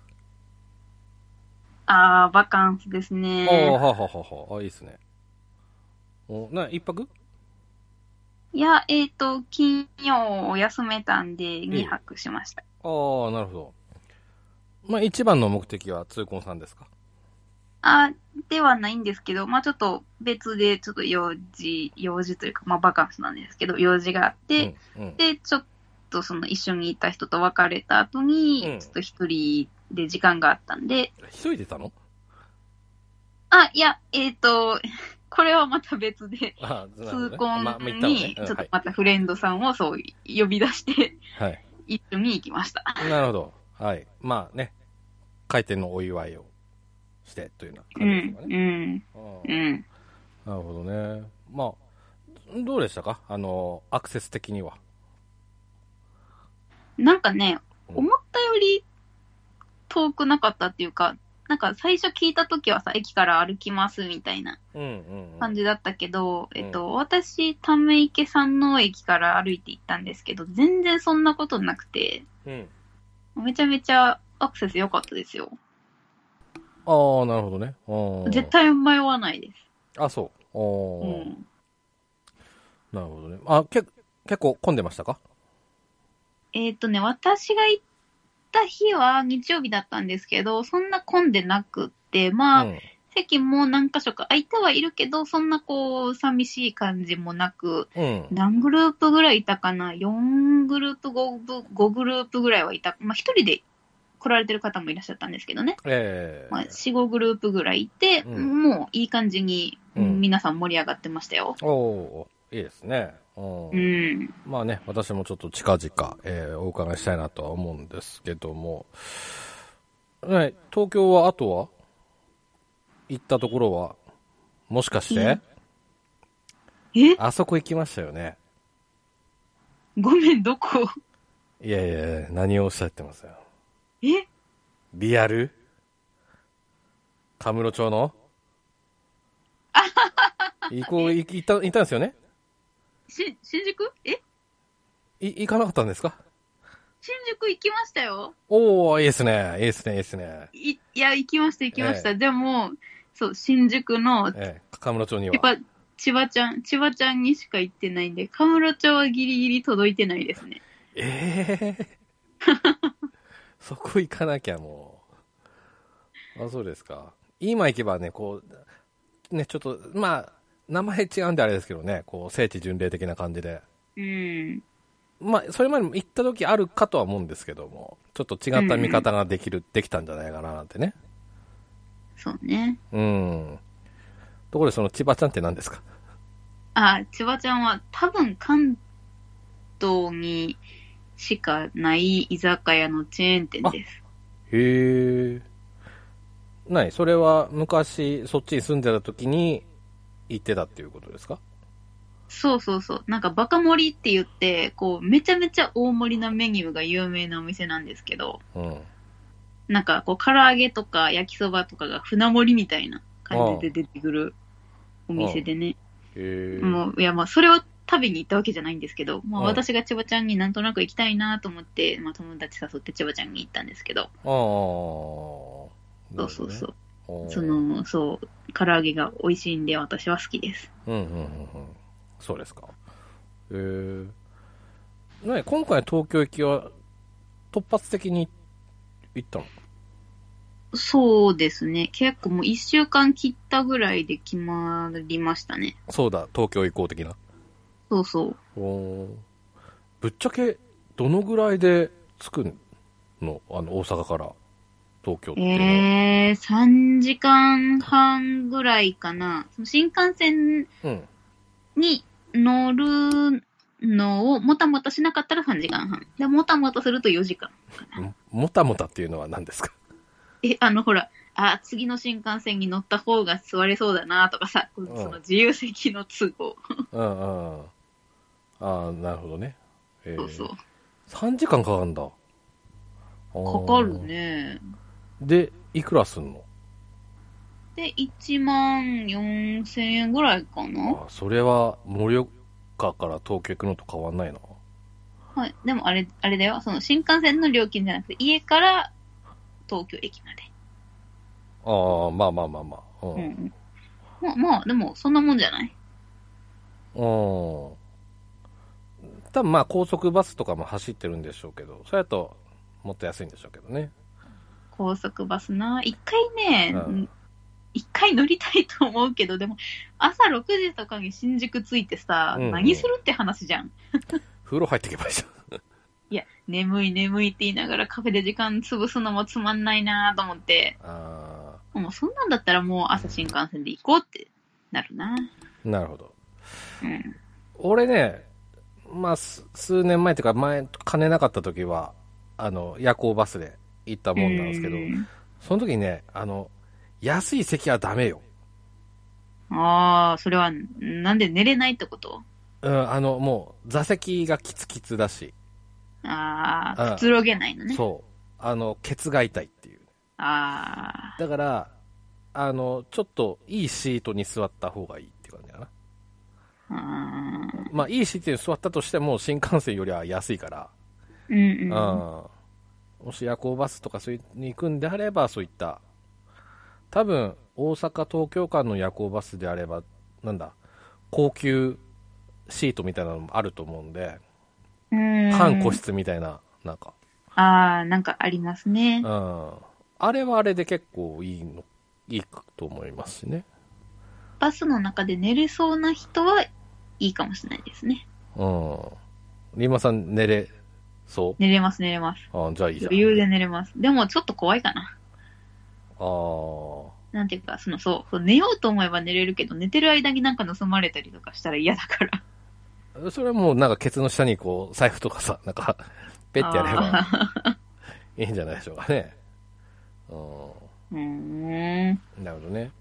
あー、バカンスです
あ
ね
あ、。はははは。あ、いいっすね。おな、一泊
いや、えっ、と、金曜を休めたんで2泊しました。
ああ、なるほど。まあ一番の目的は痛恨さんですか
あではないんですけど、まあちょっと別で、ちょっと用事、用事というか、まあバカンスなんですけど、用事があって、、
うん、うん。
で、ちょっとその一緒にいた人と別れた後に、
うん
ちょっと一人で時間があったんで、
一人でいたの
あ、いや、えっ、と、 これはまた別で、
ああ、なるほど
通
ね
婚
まあまあ行ったのね
に、ち
うん
ょっと
はい
またフレンドさんをそう呼び出して、
はい。
一緒に行きました。
なるほど。はい。まあね、開店のお祝いをしてというよう
う
な感じ
ん
です、か
う
ね。
ん、
うん
うん。
なるほどね。まあ、どうでしたかあの、アクセス的には。
なんかね、
うん
思ったより遠くなかったっていうか、なんか最初聞いた時はさ、駅から歩きますみたいな
うんうんうん。
感じだったけど、
うん
えっと、私、ため池山王駅から歩いて行ったんですけど、全然そんなことなくて、
うん。
めちゃめちゃアクセス良かったですよ。
ああ、なるほどね。あー
絶対迷わないです。
あ、そう。お
う
ー
ん。
なるほどね。あ、け、結構混んでましたか
えっとね、私が行った日は日曜日だったんですけど、そんな混んでなくって、まあ、
うん。
席も何箇所か空いてはいるけど、そんなこう、寂しい感じもなく、
うん。
何グループぐらいいたかな ?4 グループ、5グ5グループぐらいはいた。まあ、一人で来られてる方もいらっしゃったんですけどね。
ええ
まあ、4、5グループぐらいいて、
うん
もういい感じに、
うん
皆さん盛り上がってましたよ。
おおーいいですね。うん
うん。
まあね、私もちょっと近々、えーお伺いしたいなとは思うんですけども。ね、東京は、あとは行ったところは、もしかして、
え
あそこ行きましたよね。
ごめん、どこ
いやいやいや、何をおっしゃってますよ。
え
リアルカムロ町の行こう、い行った、行ったんですよね
し新宿え
い、行かなかったんですか
新宿行きましたよ。
おー、いいですね。いいですね、いいですね。
いいや、行きました、行きました。
え
でも、そう、新宿の
ええ、カムロ町に
やっ
は。
ぱ、千葉ちゃん、千葉ちゃんにしか行ってないんで、河村町はギリギリ届いてないですね。
ええ そこ行かなきゃもう。あ、そうですか。今行けばね、こう、ね、ちょっと、まあ、名前違うんであれですけどね、こう、聖地巡礼的な感じで。
うん。
まあ、それまでも行った時あるかとは思うんですけども、ちょっと違った見方ができる、できたんじゃないかななんてね。
そうね。
うん。ところで、その千葉ちゃんって何ですか
あ、千葉ちゃんは多分関東にしかない居酒屋のチェーン店です。
へえ。ない、それは昔、そっちに住んでた時に行ってたっていうことですか
そうそうそう。なんかバカ盛りって言って、こう、めちゃめちゃ大盛りなメニューが有名なお店なんですけど、
うん。
なんかこう、唐揚げとか焼きそばとかが船盛りみたいな感じで出てくるお店でね。
へえ。
もういやまあそれを食べに行ったわけじゃないんですけど、まあ、
うん
私が千葉ちゃんになんとなく行きたいなと思って、まあ、友達誘って千葉ちゃんに行ったんですけど、
ああ。
そうそうそう、
う
そ、のそう唐揚げが美味しいんで私は好きです
うんうんうんうん。そうですか。へえ。ね今回東京行きは突発的に行ったの
そうですね結構もう1週間切ったぐらいで決まりましたね
そうだ、東京行こう的な。
そうそう
おーぶっちゃけ、どのぐらいで着くのあの、大阪から東京っていうのは。
えー、3時間半ぐらいかなその新幹線
うん。
に乗るのをもたもたしなかったら3時間半でもたもたすると4時間
ももたもたっていうのは何ですか
え、あの、ほら、あ、次の新幹線に乗った方が座れそうだなとかさ、そ
ん
の自由席の都合。
うんうん。ああ、なるほどね。えー
そうそう。
3時間かかるんだ。か
かかる。ね。
で、いくらすんの
で、1万4千円ぐらいかな
あそれは盛岡から東京行くのと変わんないな。
はい。でもあれ、あれだよ。その新幹線の料金じゃなくて、家から東京駅まで。
ああ、まあまあまあまあ。うん。
うんうん。まあ、まあ、でも、そんなもんじゃない。
うん、多分まあ高速バスとかも走ってるんでしょうけど、それだともっと安いんでしょうけどね。
高速バスな。一回ね
うん、
一、回乗りたいと思うけど、でも、朝6時とかに新宿着いてさ、
うんうん
何するって話じゃん。
風呂入ってけばいいじゃん。
いや、眠い眠いって言いながらカフェで時間潰すのもつまんないなと思って、
あ
もうそんなんだったらもう朝新幹線で行こうってなるな。
あ、なるほど。
うん。
俺ね、まあ、す数年前というか前、金なかった時は、あの、夜行バスで行ったもんなんですけど
う、ん
その時にね、あの、安い席はダメよ。
ああ、それは、なんで寝れないってこと
うん、あの、もう、座席がキツキツだし、
あ
あ
あ、
あ
くつろげないのね。
そう。あの、ケツが痛いっていう。
ああ、
だから、あの、ちょっといいシートに座った方がいいっていう感じだな。
ああ、
まあ、いいシートに座ったとしても、新幹線よりは安いから、
うん
う。
うんん。
もし夜行バスとかそういうに行くんであれば、そういった、多分、大阪、東京間の夜行バスであれば、なんだ、高級シートみたいなのもあると思うんで、
うん
半個室みたいな、なんか、
ああ、なんかありますね
う。ん。あれはあれで結構いいの、いいと思いますしね。
バスの中で寝れそうな人はいいかもしれないですね。
うん。リンマさん寝れそう
寝れます、寝れます。
あじゃあいいじゃん。
余裕で寝れます。でもちょっと怖いかな。
ああ。
なんていうか、その、そう、そう寝ようと思えば寝れるけど、寝てる間になんか盗まれたりとかしたら嫌だから。
それはもうなんかケツの下にこう、財布とかさ、なんか、 ペッてやれば
あ ー
いいんじゃないでしょうかね。 う
うーん。
ん。なるほどね。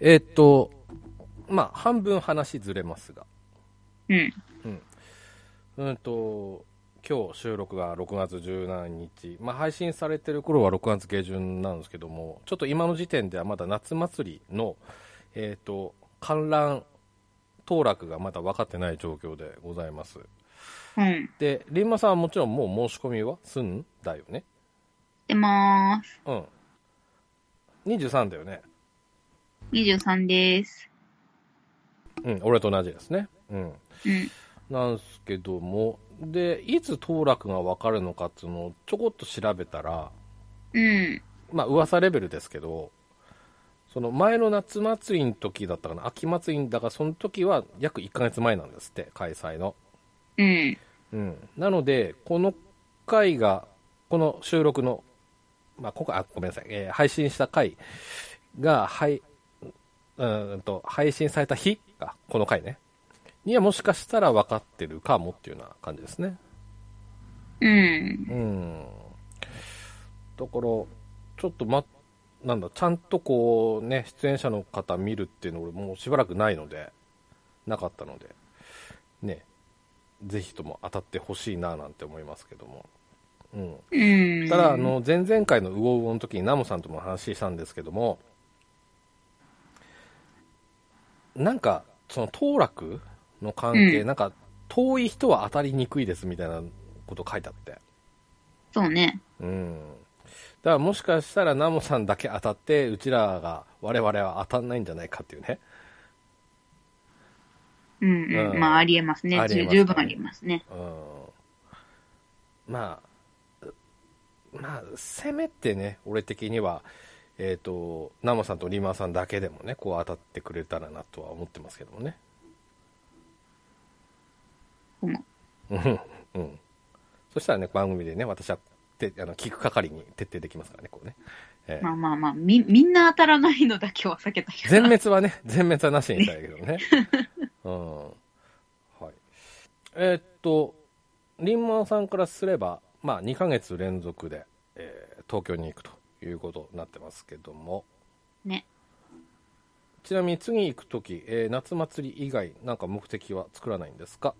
えーっと、まあ、半分話ずれますが。
うん。
うんと、今日収録が6月17日。まあ、配信されてる頃は6月下旬なんですけども、ちょっと今の時点ではまだ夏祭りの、えっ、と、観覧、当落がまだ分かってない状況でございます。
うん。
で、リンマさんはもちろんもう申し込みはすんだよね。
出まーす。
うん。23だよね。
23です。
うん、俺と同じですね。うん。
うん。
なんですけども、で、いつ当落が分かるのかっていうのをちょこっと調べたら、
うん。
まあ噂レベルですけど、その前の夏祭りの時だったかな、秋祭りだからその時は約1ヶ月前なんですって、開催の。
うん。
うん。なので、この回が、この収録の、まあ今回、あ、ごめんなさい、えー配信した回が、はい、うーんと、配信された日が、この回ね。にはもしかしたら分かってるかもっていうような感じですね。
うん。
うん。だから、ちょっとま、なんだ、ちゃんとこうね、出演者の方見るっていうの俺もうしばらくないので、なかったので、ね、ぜひとも当たってほしいななんて思いますけども。うん。
うん。
ただ、あ、の、前々回のウオウオの時にナモさんとも話したんですけども、なんか、その、当落の関係、
うん
なんか、遠い人は当たりにくいですみたいなこと書いてあって。
そうね。
うん。だからもしかしたらナモさんだけ当たって、うちらが、我々は当たんないんじゃないかっていうね。
うんうん。
うん
まあ、ありえますね
ありえますね
十分ありますね。
うん。まあ、まあ、せめてね、俺的には、えっ、と、ナモさんとリマさんだけでもね、こう当たってくれたらなとは思ってますけどもね。
うん
うん。うん。そしたらね、番組でね、私は、てあの聞く係に徹底できますからね、こうね。ええ
まあまあまあ、み、みんな当たらないのだけは避けたい
全滅はね、全滅はなしにしたいけど ね。うん。はい。えーっと、リンマンさんからすれば、まあ2ヶ月連続で、えー東京に行くということになってますけども。
ね。
ちなみに次行くとき、えー夏祭り以外、なんか目的は作らないんですか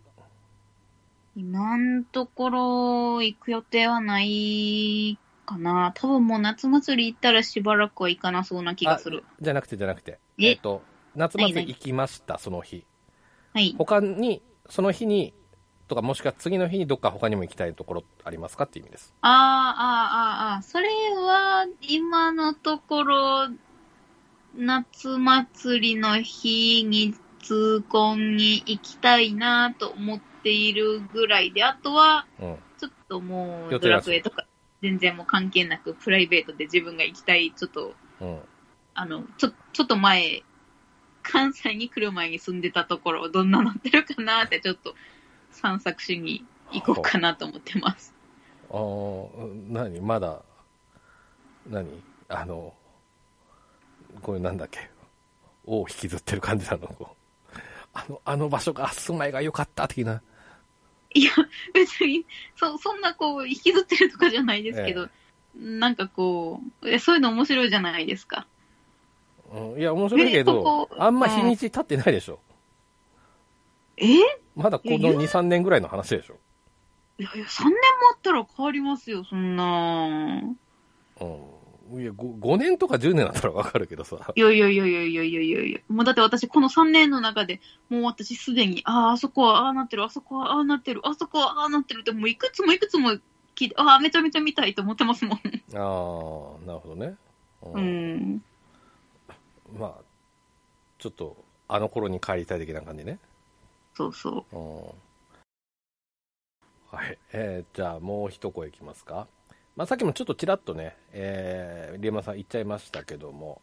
今んところ行く予定はないかな。多分もう夏祭り行ったらしばらくは行かなそうな気がする。
あじゃなくてじゃなくて。
え
えーっと、夏祭り行きました、その日。
はい。
他に、その日に、とかもしくは次の日にどっか他にも行きたいところありますかっていう意味です。
ああ、あーあー、ああー、それは今のところ、夏祭りの日に通婚に行きたいなと思っているぐらいで、あとは、
うん。
ちょっとも
予
う、
定
ド
が
ラクエとか、全然もう関係なく、プライベートで自分が行きたい、ちょっと、
うん。
あの、ちょ、ちょっと前、関西に来る前に住んでたところ、どんななってるかなって、ちょっと散策しに行こうかなと思ってます。
あー何まだ、何あの、これなんだっけ王を引きずってる感じなのこうあの、あの場所が、住まいが良かった、的な。
いや、 別に、そ、そんなこう、引きずってるとかじゃないですけど、
え
なんかこう、えそういうの面白いじゃないですか。
うん、いや、面白いけ
ねこ
ど
こ、
あんま日にち経ってないでしょ。
え
まだこ
いや
の2、3年ぐらいの話でしょ。
いやいや、3年もあったら変わりますよ、そんな。
うん。いや、5, 5年とか10年だったらわかるけどさ。
いやいやいやいやいやいやいやいや。もうだって私、この3年の中で、もう私すでに、ああ、あそこはああなってる、あそこはああなってる、あそこはああなってるって、もういくつもいくつも聞いて、ああ、めちゃめちゃ見たいと思ってますもん。
ああ、なるほどね。う
う。ん。
まあ、ちょっと、あの頃に帰りたい的な感じね。
そうそ
う
う。
ん。はい。えーじゃあ、もう一声いきますか。まあ、さっきもちょっとちらっとね、えー、リエマさん言っちゃいましたけども、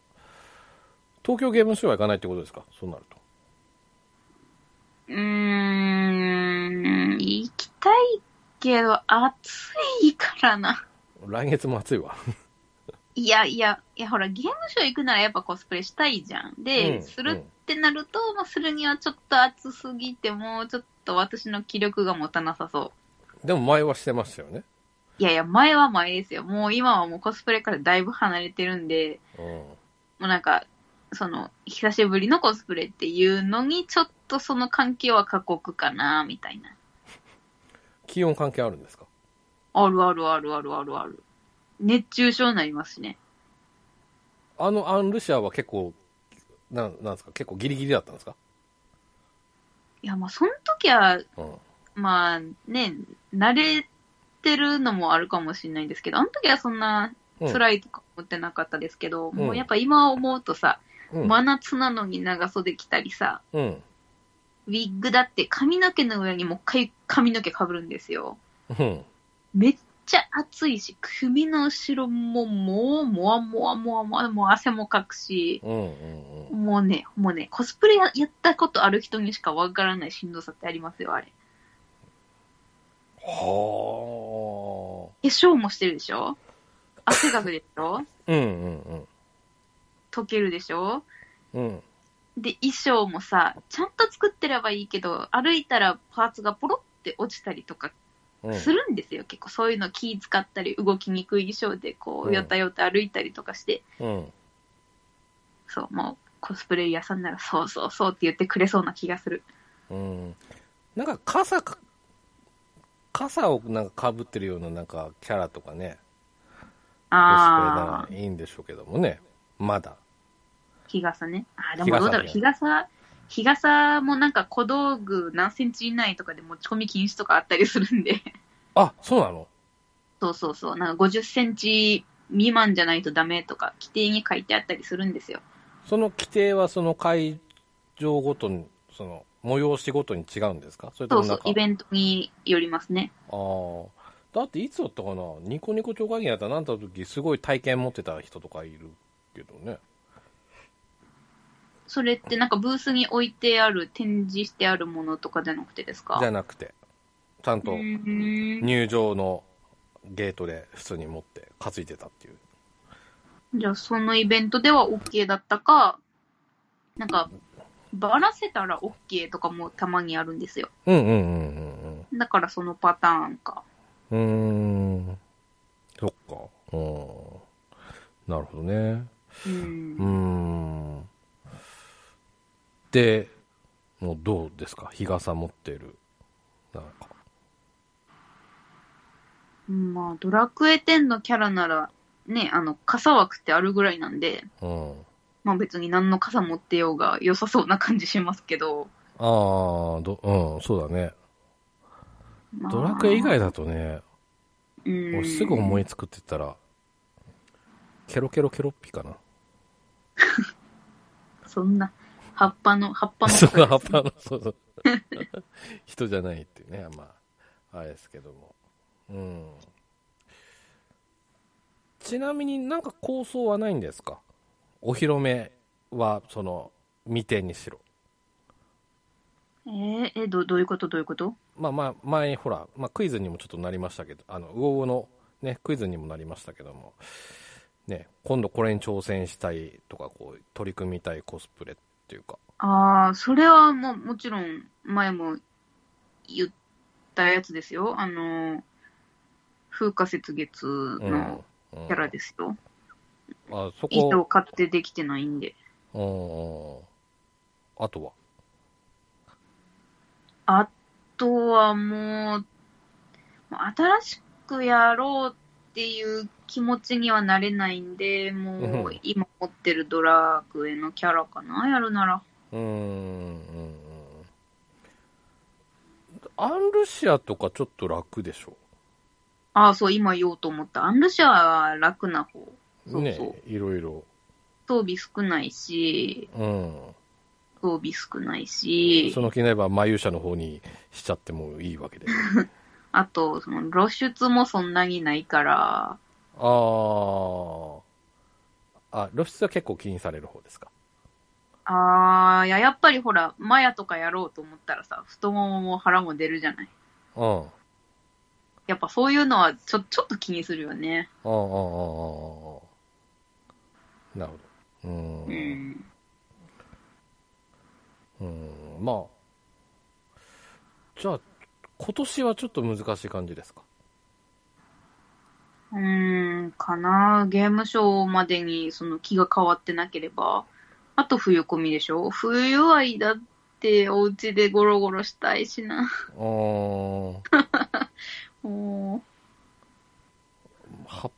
東京ゲームショウは行かないってことですかそうなると。
うーん、行きたいけど、暑いからな。
来月も暑いわ。
いやいや、いやほら、ゲームショー行くならやっぱコスプレしたいじゃん。で、
うん
するってなると、まあ、するにはちょっと暑すぎて、もうちょっと私の気力が持たなさそう。
でも前はしてましたよね。
いやいや、前は前ですよ。もう今はもうコスプレからだいぶ離れてるんで、
う
もうなんか、その、久しぶりのコスプレっていうのに、ちょっとその環境は過酷かな、みたいな。
ん。気温関係あるんですか
あるあるあるあるあるある。熱中症になりますしね。
あのアンルシアは結構、なんなんですか結構ギリギリだったんですか
いや、まあ、その時は、
うん。
まあね、慣れてるのもあるかもしれないんですけど、あの時はそんな
うん
辛いとか思ってなかったですけど、
ん
もうやっぱ今思うとさ、
うん。
真夏なのに長袖着たりさ、
うん。
ウィッグだって髪の毛の上にもう一回髪の毛被るんですよ。
うん。
めっちゃ暑いし、首の後ろももう、もわもわもわもわ、もう汗もかくし、
うん。うん。うん
もうね、もうね、コスプレややったことある人にしかわからないしんどさってありますよ、あれ。
は
化粧もしてるでしょ汗かくでしょ
あ。うん。うん。うん。
溶けるでしょ
うん。
で、衣装もさ、ちゃんと作ってればいいけど、歩いたらパーツがポロって落ちたりとか
うん。
するんですよ、結構そういうの気使ったり動きにくい衣装でこ
うん
うよたよた歩いたりとかして、
うん。
そうもうコスプレイヤーさんならそうそうそうって言ってくれそうな気がする
うん。なんか傘か、傘をなんか被ってるようななんかキャラとかね、コスプレ
あ
ならいいんでしょうけどもね。まだ。
ー日傘ねあーでもどうだろう
日
日傘日傘もなんか小道具何センチ以内とかで持ち込み禁止とかあったりするんで
あ、そうなの
そうそうそうなんか50センチ未満じゃないとダメとか規定に書いてあったりするんですよ
その規定はその会場ごとに、その催しごとに違うんですかそれと
そ
も
う
な
そ
ん
う
か。
イベントによりますね
ああ。だっていつだったかなニコニコ超会議やったらなんた時すごい体験持ってた人とかいるけどね。
それってなんかブースに置いてある展示してあるものとかじゃなくてですか
じゃなくて、ちゃんと
うーん
入場のゲートで普通に持って担いでたっていう。
じゃあそのイベントでは OK だったか、なんか、バラせたら OK とかもたまにあるんですよ。
うんうんうんうん
だからそのパターンか。
うん。うーん。そっか。うん。なるほどね。
う
うー
ん。
ん。で、もうどうですか日傘持ってる。なんか。
まあ、ドラクエ10のキャラなら、ね、あの、傘枠ってあるぐらいなんで、
うん。
まあ別に何の傘持ってようが良さそうな感じしますけど。
ああ、ど、うん、そうだね。
まあ
ドラクエ以外だとね、
うん。
俺すぐ思いつくって言ったら、ケロケロケロッピかな。
そんな、葉っぱの、葉っぱの。
そうそう、葉っぱの、そうそう。人じゃないっていうね、まあ、あれですけども。うん。ちなみになんか構想はないんですかお披露目は、その、未定にしろ。
えー、え、ど、どういうことどういうこと
まあまあ、前、ほら、まあクイズにもちょっとなりましたけど、あの、うおうおのね、クイズにもなりましたけども、ね、今度これに挑戦したいとか、こう、取り組みたいコスプレっていうか。
ああ、それはもう、もちろん、前も言ったやつですよ。あの、風化雪月の
うん
キャラですよ。
あ、そこ。
糸を買ってできてないんで。
うんうん。あとは
あとはもう、新しくやろうっていう気持ちにはなれないんで、も
う
うん今持ってるドラクエのキャラかな、やるなら。
うーんうんうんアンルシアとかちょっと楽でしょ
ああ、そう、今言おうと思った。アンルシアは楽な方。そうそう。
ねいろいろ
装備少ないし、
うん
装備少ないし
そ、の気になれば眉勇者の方にしちゃってもいいわけ で
あと、その露出もそんなにないから、
あーあ露出は結構気にされる方ですか
ああ、いや、やっぱりほら、マヤとかやろうと思ったらさ、太ももも腹も出るじゃない。
うんうん
やっぱそういうのはちょ、ちょっと気にするよね。
うんうんうんうんうんなるほどうん
うん。
うんまあじゃあ今年はちょっと難しい感じですか
うーん、かな。ゲームショーまでにその気が変わってなければ。あと冬込みでしょ冬はいだってお家でゴロゴロしたいし
う
な。
ーん
も
八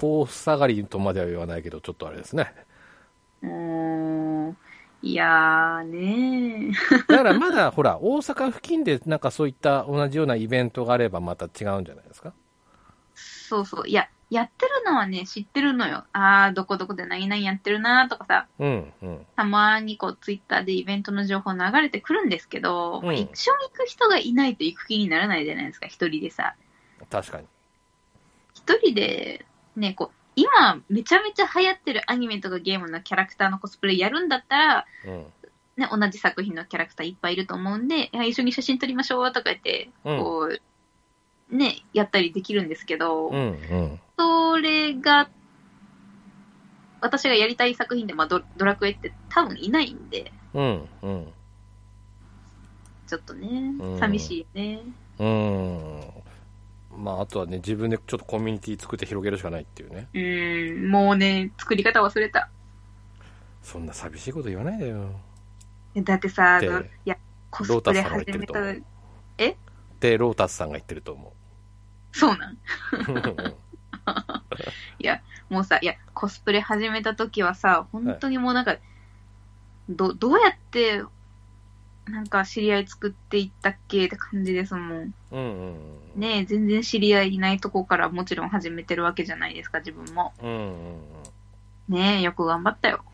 方塞がりとまでは言わないけど、ちょっとあれですね。
う、もう、いやーね
だからまだほら、大阪付近でなんかそういった同じようなイベントがあればまた違うんじゃないですか。
そうそう。いや、やってるのはね、知ってるのよ。あー、どこどこで何々やってるなーとかさ、
うん、うん。
たまにこうツイッターでイベントの情報流れてくるんですけど、
うん
一緒に行く人がいないと行く気にならないじゃないですか、一人でさ。
確かに。
一人で、ね、こう、今、めちゃめちゃ流行ってるアニメとかゲームのキャラクターのコスプレやるんだったら、
うん。
ね、同じ作品のキャラクターいっぱいいると思うんで、いや一緒に写真撮りましょうとか言って、
うん。
こう、ね、やったりできるんですけど、
うん、うん。
それが、私がやりたい作品で、まあド、ドラクエって多分いないんで、
うん、うん。
ちょっとね
う、ん
寂しいよね。
うん。まあ、あとはね、自分でちょっとコミュニティ作って広げるしかないっていうね。
うーん、もうね、作り方忘れた。
そんな寂しいこと言わないでよ。
だってさ、
で
どいや、コ
ロー
スプ
タス
レ
さんが言っ
始
てる
め
と
た
思、うで、ロータスさんが言ってると思う。
そうなん
うん
もうさ、いや、コスプレ始めた時はさ、本当にもうなんか、ど、どうやって、なんか知り合い作っていったっけって感じですもん。
うん、うんうん。
ねえ全然知り合いいないとこからもちろん始めてるわけじゃないですか、自分も。
うん、うん、うん。
ねえよく頑張ったよ。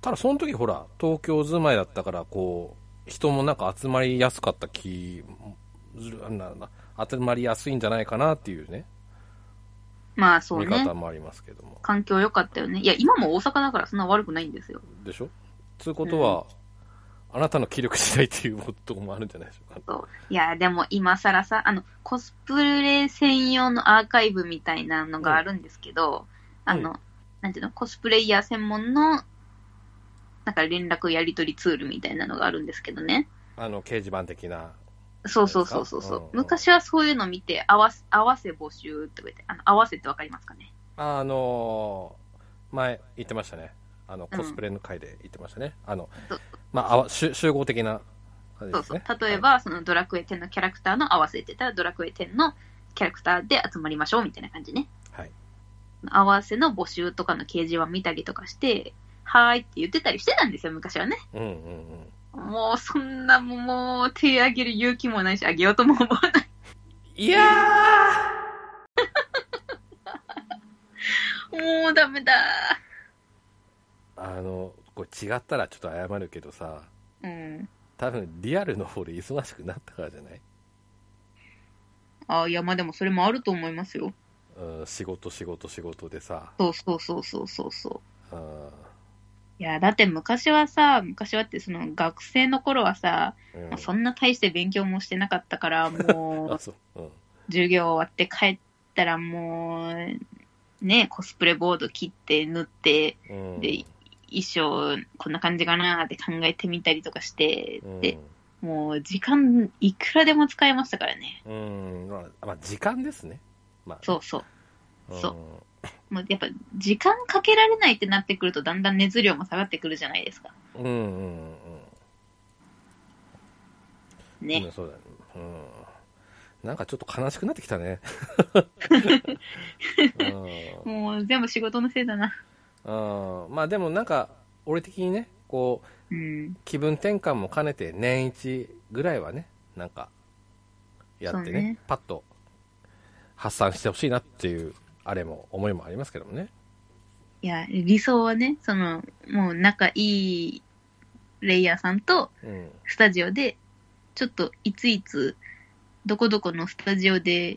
ただその時ほら東京住まいだったからこう人もなんか集まりやすかった気ずるあなんだ集まりやすいんじゃないかなっていうね
まあそう
見
ね
方。もありますけども
環境良かったよね。いや、今も大阪だからそんな悪くないんですよ。
でしょつうことは、あなたの気力次第っていうこともあるんじゃないでしょうか
いや、でも今更さ、あの、コスプレ専用のアーカイブみたいなのがあるんですけど、あの、なんていうの、コスプレイヤー専門の、なんか連絡やり取りツールみたいなのがあるんですけどね。
あの掲示板的な
そうそうそうそうそう、
うんうん
昔はそういうの見て、合わせ、合わせ募集とか言って、あの、合わせってわかりますかね。
ああのー前言ってましたねあのコスプレの回で言ってましたね、あの
そう
まああわ集集合的なあれ
そ
で
う
す
そう
ね。
例えば、そのドラクエ10のキャラクターの合わせって言ったら、ドラクエ10のキャラクターで集まりましょうみたいな感じね。
はい
合わせの募集とかの掲示板見たりとかして、はーいって言ってたりしてたんですよ、昔はね。
うんうんうん
もうそんなもんもう手あげる勇気もないし、あげようとも思わない。
いや
もうダメだ。
ーあのこれ違ったらちょっと謝るけどさ
うん。
多分リアルの方で忙しくなったからじゃない、
あいや、まあでもそれもあると思いますよ。
うん、仕事仕事仕事でさ、
そうそうそうそうそうそう。
うん
いや、だって昔はさ、昔はってその学生の頃はさ、
うん
まあそんな大して勉強もしてなかったから、も
あ
う
そう、うん、
授業終わって帰ったらもう、ね、コスプレボード切って縫って、
うん
で衣装こんな感じかなって考えてみたりとかして、
うん
で、もう時間いくらでも使えましたからね。
うんまあ、まあ時間ですね、まあ、
そうそう。
うん
そうもうやっぱ時間かけられないってなってくるとだんだん熱量も下がってくるじゃないですか。
うんうんうんうん
ね。
うんそうだ、うん、なんかちょっと悲しくなってきた ね。うん
もう全部仕事のせいだな。
うんまあでもなんか、俺的にね、こう、
うん。
気分転換も兼ねて年一ぐらいはね、なんか、やって
そう
ね、
ね
パッと発散してほしいなっていう、あれも、思いもありますけどもね。
いや、理想はね、その、もう仲いいプレイヤーさんと
うん。
スタジオで、ちょっといついつ、どこどこのスタジオで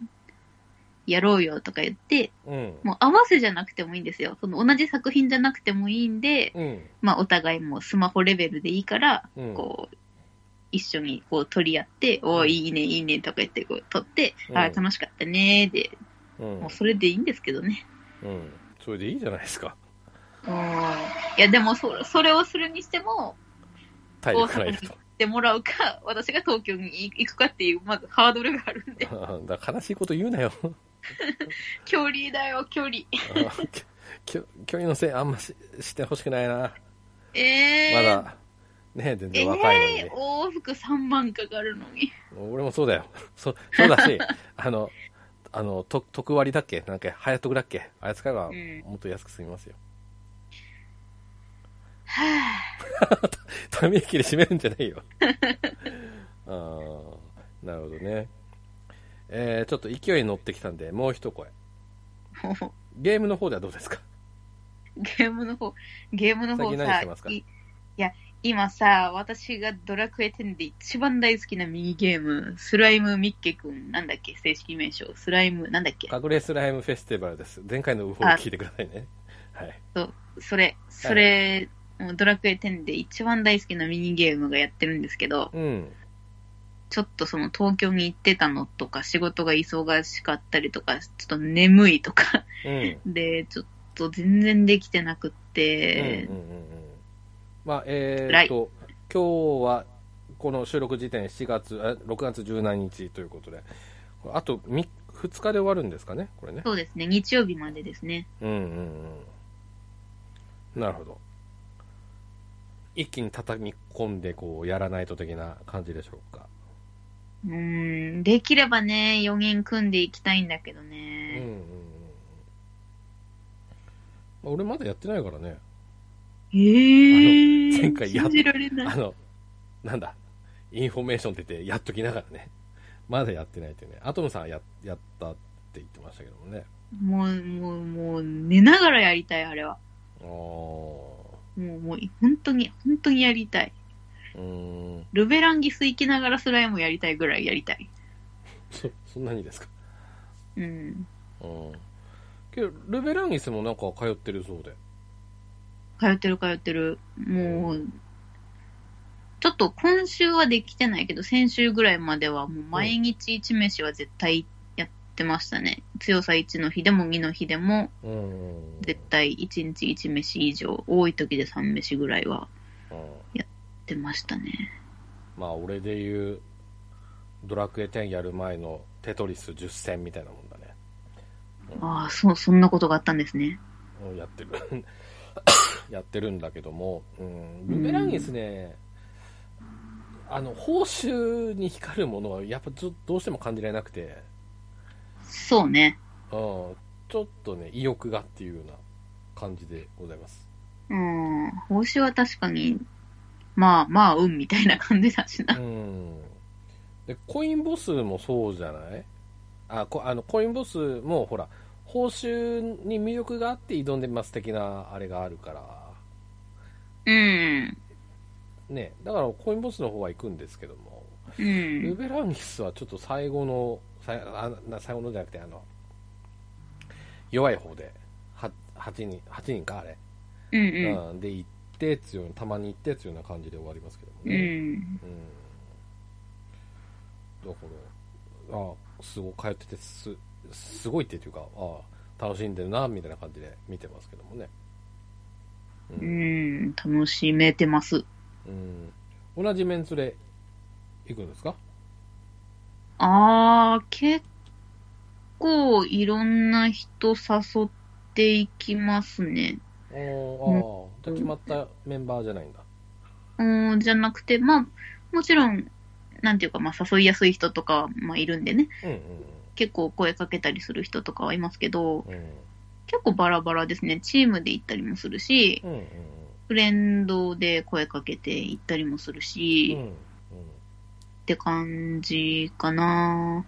やろうよとか言って、
うん。
もう合わせじゃなくてもいいんですよ。その同じ作品じゃなくてもいいんで、
うん。
まあお互いもうスマホレベルでいいから、
うん。
こう、一緒にこう取り合って、おーいいね、いいねとか言ってこう取って、
うん
ああ、楽しかったねーで、
うん
もうそれでいいんですけどね。
うん。それでいいじゃないですか。
いや、でもそ、それをするにしても、
体力がいると。
ってもらうか、私が東京に行くかっていう、まずハードルがあるんで、
だから悲しいこと言うなよ。
距離だよ、距離。
あききょ距離のせいあんまししてほしくないな。
えー、
まだ、ね、全
え
然
ー、
若いのに。
往復3万かかるのに。
俺もそうだよ。 そそうだ し、あの、あの、と特割だっけなんか、早得だっけあれ使えば、
ん
もっと安く済みますよ。
はぁ、
ため息で締めるんじゃないよ。 あーなるほどね。えー、ちょっと勢いに乗ってきたんで、もう一声。
もう
ゲームの方ではどうですか
ゲームの方、ゲームの方
最近何し
さ、
てますか
いいや、今さ、私がドラクエ10で一番大好きなミニゲーム、スライムミッケくん、なんだっけ、正式名称、スライム、なんだっけ、
隠れスライムフェスティバルです。前回のウフを聞いてくださいね。はい。
それ、それ、もうドラクエ10で一番大好きなミニゲームがやってるんですけど、
うん。
ちょっとその東京に行ってたのとか、仕事が忙しかったりとか、ちょっと眠いとか、
うん。
で、ちょっと全然できてなくって、
うんうんうんうんまあえー
辛
っ
い
と今日はこの収録時点7月え6月17日ということでこれあと2日で終わるんですかねこれね
そうですね、日曜日までですね。
うんうんうんなるほど一気に畳み込んでこうやらないと的な感じでしょうか
うーん、できればね、4人組んでいきたいんだけど
うんうん
ね。
うんまあ俺まだやってないからね
えー、
前回やっ
信じられ な
あ
い。
の、なんだ、インフォメーションって言って、やっときながらね、まだやってないっていうね、アトムさんはややったって言ってましたけどもね。
もう、もう、もう、寝ながらやりたい、あれは。
あ
もう、もう、本当に、本当にやりたい。
ーうーん
ルベランギス行きながらスライムやりたいぐらいやりたい。
そ、そんなにですか。
うん。
うん。けど、ルベランギスもなんか通ってるそうで。
通ってる通ってる。もう、ちょっと今週はできてないけど、先週ぐらいまではもう毎日一飯は絶対やってましたね。強さ1の日でも2の日でも、
うんうんうん。
絶対1日1飯以上、多い時で3飯ぐらいは
うん
出ましたね。
まあ、俺で言う、ドラクエ10やる前のテトリス10戦みたいなもんだね。
ああ、そう、そんなことがあったんですね。
うんやってる やってるんだけども、うん、ルベランギスね、あの報酬に光るものはやっぱちょどうしても感じられなくて、うん、
そうね。
ちょっとね意欲がっていうような感じでございます
うん。報酬は確かに、まあまあ、運みたいな感じだし
う
な。
んでコインボスもそうじゃないあこあのコインボスもほら報酬に魅力があって挑んでます的なあれがあるから
うん。
ねだからコインボスの方は行くんですけども
う
ル
ん。
ベランギスはちょっと最後の、最あな最後のじゃなくて、あの、弱い方で、は8人、八人か、あれ。
うんうん。
うんで、行って、つような、たまに行って、つような感じで終わりますけども
う
ね。う
ん。
ん。だから、あすごい、通ってて、す、すごいっていうか、あ楽しんでるな、みたいな感じで見てますけどもね。う。
うんん、楽しめてます。
うん、同じメンツで行くんですか
あー、結構いろんな人誘っていきますね。
あーあー、じゃあ決まったメンバーじゃないんだ。
うん、じゃなくて、まあ、もちろん、なんていうか、まあ、誘いやすい人とか、まあ、いるんでね、
うん
結構声かけたりする人とかはいますけど、
うんうん
結構バラバラですね。チームで行ったりもするし、
うんうん
フレンドで声かけて行ったりもするし、
うん
っ
うん
て感じかな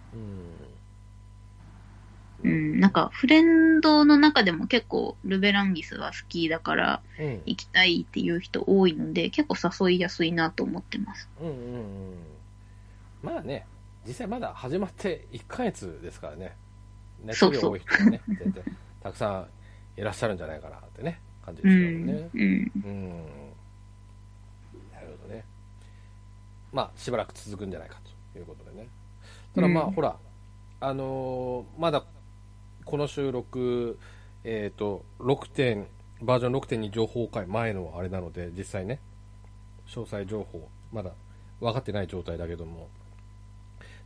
う
うんん、なんか、フレンドの中でも結構、ルベランギスは好きだから、
うん
行きたいっていう人多いので、結構誘いやすいなと思ってます。
うんうんうんまあね実際まだ始まって1ヶ月ですからね熱量多い人がね全然たくさんいらっしゃるんじゃないかなってね感じ
う
ですけどね、
ん、うん、
うんなるほどね。まあ、しばらく続くんじゃないかということでね。ただまあ、
うん
ほら、あのーまだ、この収録、えっ、と、6点、バージョン6.2情報会前のあれなので、実際ね、詳細情報、まだ分かってない状態だけども、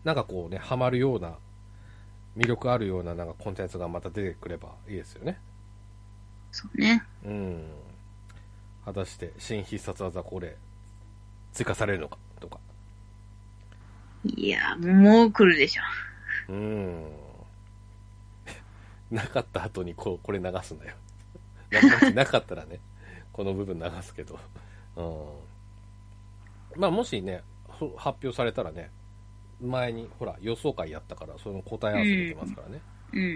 なんかこうね、ハマるような、魅力あるような、なんかコンテンツがまた出てくればいいですよね。
そうね。
うん。果たして新必殺技これ、追加されるのかとか。
いや、もう来るでしょ。
うん。 なかった後にこう、これ流すんだよ。 なかったなかったらね、この部分流すけど。うん。まあもしね、ほ発表されたらね、前にほら予想会やったから、その答え合わせできますからね。
うんう
う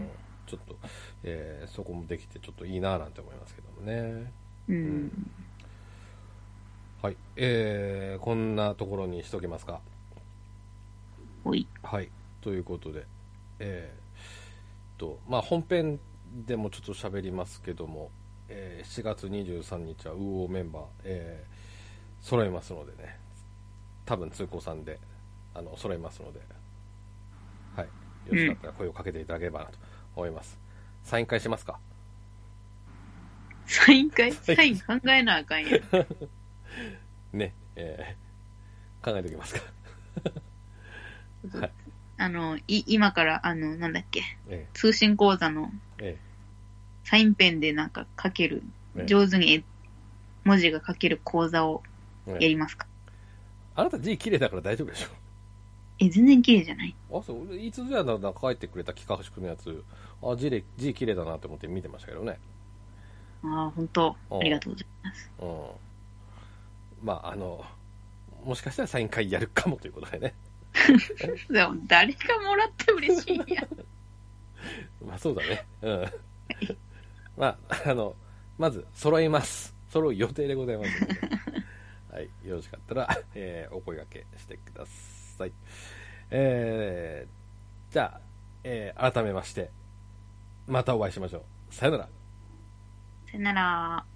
んん。ちょっと、えーそこもできてちょっといいなぁなんて思いますけどもね。。
うん。
はい、えー、こんなところにしときますか。
ほい。
はい、ということで、えー、と、まあ、本編でもちょっと喋りますけども、えー7月23日はウーオーメンバー、えー、揃いますのでね、多分通行さんで、あの、揃いますので、はい、よろしかったら声をかけていただければなと思います。サイン会しますか
サイン会サイン考えなあかんやん。
ね、えー、考えておきますか。はい
あの、い、今から、あの、なんだっけ、
え
通信講座の
ー、え
サインペンでなんか書ける、
ええ
上手に絵文字が書ける講座を
ー、え
や
ー
りますか。
あなた字綺麗だから大丈夫でしょ
え、全然綺麗じゃない
あ、そう、俺いつじゃなんか帰ってくれた企画宿のやつ、あ、字で、字綺麗だなって思って見てましたけどね。
ああ、本当
おう
ありがとうございます。
うん。まあ、あの、もしかしたらサイン会やるかもということでね。
でも、誰がもらって嬉しいんや。
まあ、そうだね。うん。まあ、あの、まず、揃います。揃う予定でございますので。はい。よろしかったら、えーお声掛けしてください。えー、じゃあ、えー改めまして、またお会いしましょう。さよなら。
さよなら。